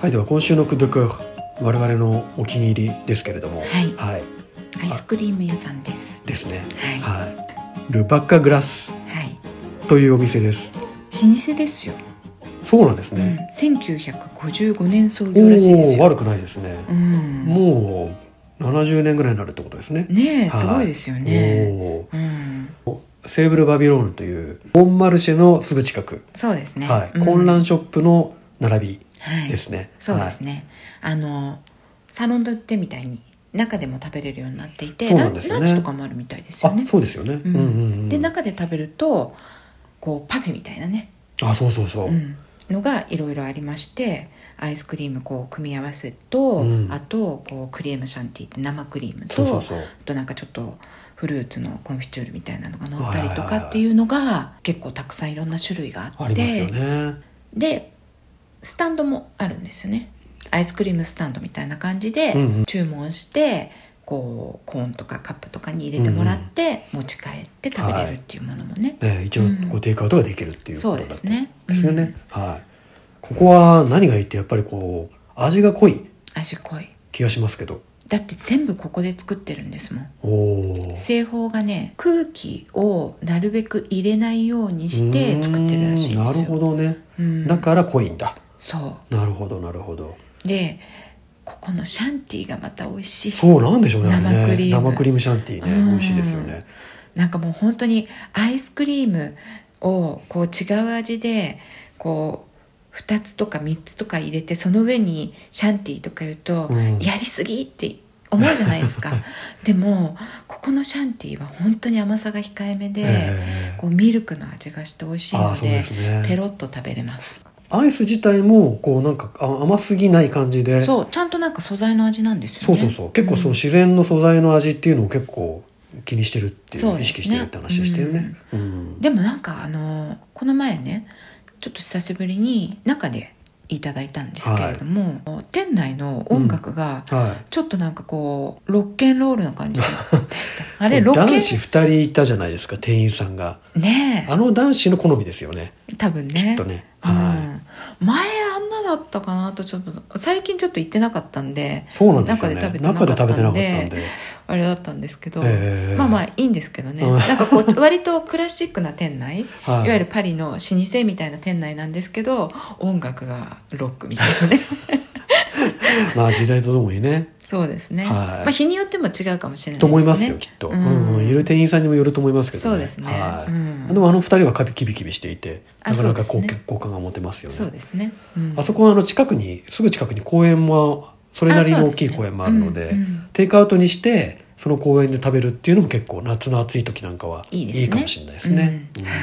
はい、では今週の「クドク」我々のお気に入りですけれども、はいアイスクリーム屋さんですですね、はいはい、ルバッカグラスはいというお店です。老舗ですよ、そうなんですうんね。、 1955年創お業らしいですおよ、悪くないですねう。ん、もう70年ぐらいになるってことですね。ねえはいすごいですよね、おおうん、セーブルバビローヌというボンマルシェのすぐ近くそうですね、はい、うん混乱ショップの並はびいですね。そうですね、あのサロンドってみたいに中でも食べれるようになっていてそうなんですよランねランチとかもあるみたいですはよい。ねあ、そうですよね。うんんうんうん。で中で食べるとこうパフェみたいなね、あ、そうそうそう。うん、のがいろいろありましてアイスクリームこう組み合わせと、うんあとこうクリームシャンティーって生クリームとそうそうそう。あとなんかちょっとフルーツのコンフィチュールみたいなのが乗ったりとはいはいはかいっていうのが結構たくさんいろんな種類がああっりますてよね。でスタンドもあるんですよねアイスクリームスタンドみたいな感じでうんうん注文してこうコーンとかカップとかに入れてもらって持ち帰って食べれるっていうものもね、ね、一応うんこうテイクアウトができるっていうそこうとだっでたすねですよね。はい。ここは何がいいってやっぱりこう味が濃い味濃い気がしますけど。だって全部ここで作ってるんですもんおお。製法がね空気をなるべく入れないようにして作ってるらしいんですようーんなるほどね。うんだから濃いんだ。そうなるほどなるほど。でここのシャンティがまた美味しいそうなんでしょうね。あれね生クリーム生クリームシャンティーね、うん美味しいですよね。なんかもう本当にアイスクリームをこう違う味でこう2つとか3つとか入れてその上にシャンティとか言うと、うんやりすぎって思うじゃない ですかでもここのシャンティは本当に甘さが控えめで、ええこうミルクの味がして美味しいあのー、でそうですね。ペロッと食べれますアイス自体もこうなんかあ甘すぎない感じでそそう,、うちゃんとなんか素材の味なんですよそうねそう結構そのん自然の素材の味っていうのを結構気にしてるっていうそうですね意識してるって話でしたよね。うんでもなんかあのこの前ねちょっと久しぶりに中でいただいたんですけれども、店内の音楽がはいちょっとなんかこうロッケンロールな感じでした あれロッケ男子ン2人いたじゃないですか店員さんがねあの男子の好みですよねえ多分ねきっとね、うんはい、前あんなだったかなとちょっと最近ちょっと行ってなかったんでそうなんですよね中で食べてなか中ったでんで食べてなかったんであれだったんですけど、ええまあまあいいんですけどね、うんなんかこう割とクラシックな店内 はいいわゆるパリの老舗みたいな店内なんですけど音楽がロックみたいな ねまあ時代とともにねそうですね、はいまあ、日によっても違うかもしれないですねと思いますよきっと、ううんんうんいる店員さんにもよると思いますけどねそうですねはいうんでもあの2人はカビキビキビしていてあなかなかそうこうですね結構感が持てますよねそうですね、うんあそこはあの近くにすぐ近くに公園もそれなりの大きい公園もあるのであそうですねうんうんテイクアウトにしてその公園で食べるっていうのも結構夏の暑い時なんかはいいですねいいかもしれないですね。ううんんはい、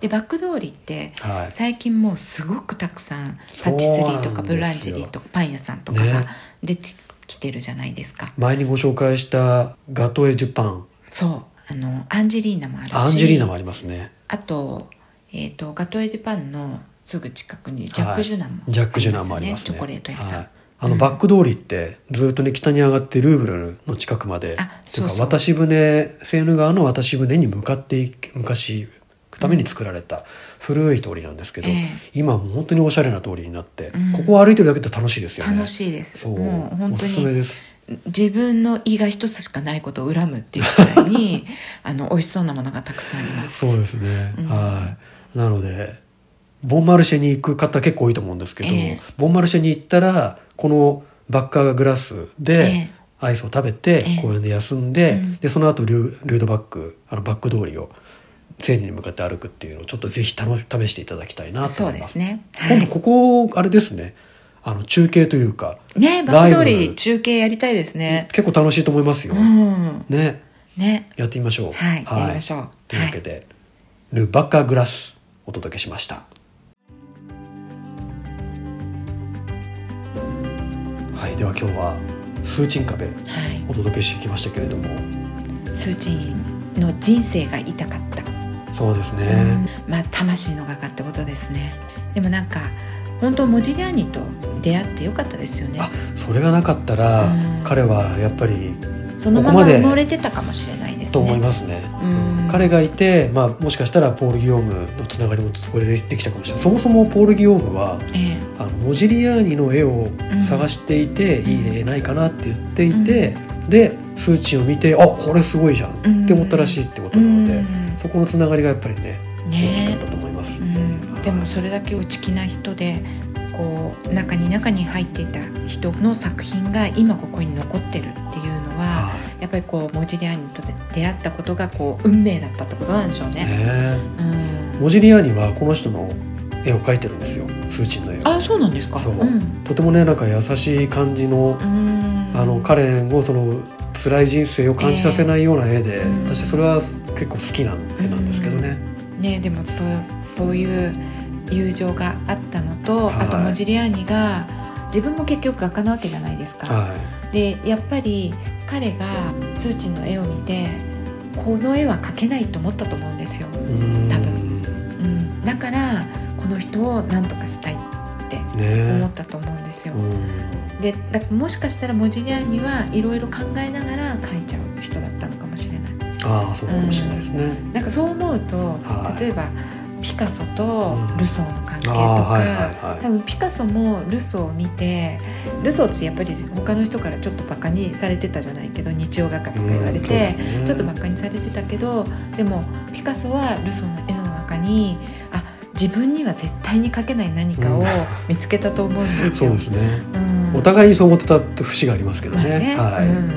でバック通りってはい最近もうすごくたくさんそうパなんテでィすスリよーとかブランジェリーとかパン屋さんとかねが出てきてるじゃないですか、前にご紹介したガトーエジュパンそうあのアンジェリーナもあるしアンジェリーナもありますね。あと,、えー、とガトー・エ・デ・パンのすぐ近くにジャック・ジュナンも、ジャック・ジュナーもありますね。チョコレート屋さん、はいあのバック通りってずっとね北に上がってルーブルの近くまであとそういうかそう渡し船セーヌ川の渡し船に向かっていく昔行くために作られた古い通りなんですけど、ええ今はもう本当におしゃれな通りになって、うんここを歩いてるだけで楽しいですよね。楽しいですそうもう本お当すすめにです。自分の胃が一つしかないことを恨むっていうくらいに あの美味しそうなものがたくさんありますそうですね、うんはいなのでボンマルシェに行く方結構多いと思うんですけど、ええボンマルシェに行ったらこのバッカーグラスでえアイスを食べてええ公園で休んで,、うんでその後ルールードバックあのバック通りを生理に向かって歩くっていうのをちょっとぜひ試試していただきたいなとそ思ういでますすね。は今度い。ここあれですねあの中継というか、ねバック通ライブり中継やりたいですね。結構楽しいと思いますよ、うん。ねね。やってみましょうはい。やりましょう。というはわけい。で、ル・バッカ・グラスお届けしましたはいでは今日はスーチン壁はい。お届けしてきましたけれどもスーチンの人生が痛かった。そうですね、うんまあ魂の画家ってことですねでもなんか本当モジリアーニと出会ってよかったですよねあそれがなかったら、うん彼はやっぱりそのまこまこまで埋もれてたかもしれないですねと思いますね、うんうん彼がいて、まあ、もしかしたらポール・ギオームのつながりもそこでできたかもしれないそもそもポール・ギオームはえあのモジリアーニの絵を探していて、うんいい絵ないかなって言っていて、で数値を見てあこれすごいじゃんえって思ったらしいってことなので、そこのつながりがやっぱりねうん大きかっねたと思います、えうんでもそれだけ内気な人でこう中に中に入っていた人の作品が今ここに残ってるっていうのははやっぱりこうモジリアーニと出会ったことがこう運命だったってことなんでしょういね。ねうん、モジリアーニはこの人の絵を描いてるんですよ数値の絵をあそうなんですか。そうんとてもねなんか優しい感じのうんあの彼のその辛い人生を感じさせないような絵で、えー私それは結構好きな絵なんですけどね、ねでもそうそういう友情があったのと、はいあとモジリアーニが自分も結局画家なわけじゃないですか。はでやっぱり彼がスーチンの絵を見てこの絵は描けないと思ったと思うんですよ。いうん多うん、だからこの人を何とかしたいって思ねったと思うんですよ。うんでだからもしかしたらモジリアーニはいろいろ考えながら描いちゃう人だったのかもしれない。ああそうかもしれないですね、なんかそう思うと、はい例えばピカソとルソーの関係とあか、あはいはいは多分ピカソもルソーを見てルソーってやっぱり他の人からちょっとバカにされてたじゃないけど日曜画家といか言われうんそうでてす、ねちょっとバカにされてたけどでもピカソはルソーの絵の中にあ自分には絶対に描けない何かうをん見つけたと思うんです そうよ。ですね、うんお互いにそう思ってたって節がありますけどまあね,、ねはい、うん、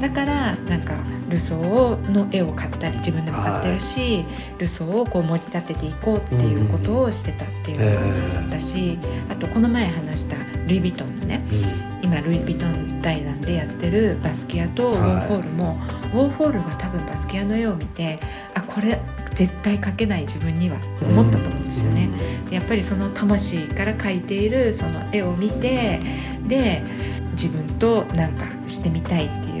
だからなんかルソーの絵を買ったり自分でも買ってるし、ルソーをこう盛り立てていこうっていうことをしてたっていうえのがあったし、あとこの前話したルイ・ヴィトンのねえうん今ルイ・ヴィトン財団でやってるバスキアとウォーホールも、ウォーホールは多分バスキアの絵を見てあこれ絶対描けない自分にはって思ったと思うんですよね。でやっぱりその魂から描いているその絵を見てで自分となんかしてみたいっていう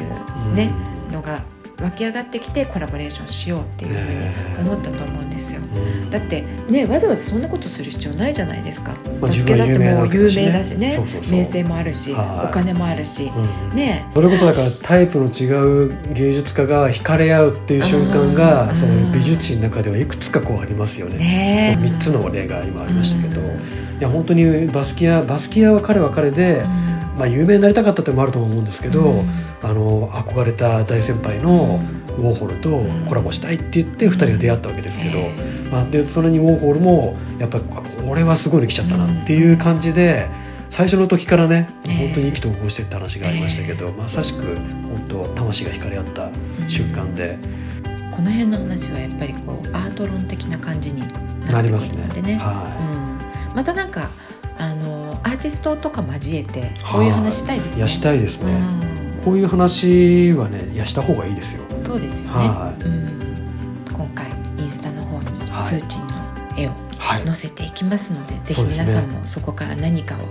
ね、のが湧き上がってきてコラボレーションしようってういんうふうねに思ったと思うんですよ。うんだってねわざわざそんなことする必要ないじゃないですか。まあバスケだってもう有自分名は有名なわけだだししねねそうそうそう名声もあるしはおい金もあるしうんねそれこそだからタイプの違う芸術家が惹かれ合うっていう瞬間うがんその美術史の中ではいくつかこうありますよね。ね3つの例が今ありましたけど、うんいや本当にバスキアバスキアは彼は彼で、まあ、有名になりたかったってのもあると思うんですけど、あの憧れた大先輩のウォーホルとコラボしたいって言って2人が出会ったわけですけど、まあ、でそれにウォーホルもやっぱりこれはすごいの来ちゃったなっていう感じで最初の時からねええ本当に意気投合してって話がありましたけど、まさしく本当魂が惹かれ合った瞬間で、この辺の話はやっぱりこうアート論的な感じにななってりくまするねのでね。うはんまたなんかあのアーティストとか交えてこういう話したいですい、ね。いやしたいですね、うこういう話はねいやした方がいいですよん、そうですよね。はうん、今回インスタの方にはいスーチンの絵をはい載せていきますので、ぜひそうですね皆さんもそこから何かをこ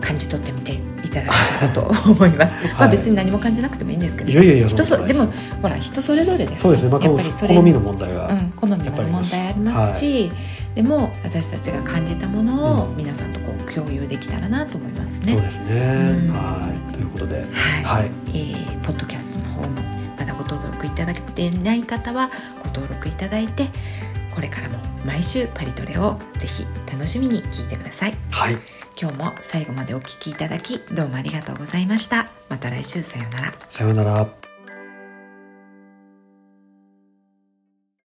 う感じ取ってみていただけたらと思います。まはあい別に何も感じなくてもいいんですけど、いやいやいや人それでそんもなことないほら人それぞれですそうですね、まあ、やっ好ぱりそれみの問題は、うん、好みやのっぱりありま問す題ありますし、でも私たちが感じたものを皆さんとこう共有できたらなと思いますね。そうですね、うんはいということではいはいえーポッドキャストの方もまだご登録いただけてない方はご登録いただいてこれからも毎週パリトレをぜひ楽しみに聞いてくださいはい今日も最後までお聞きいただきどうもありがとうございましたまた来週さようならさようなら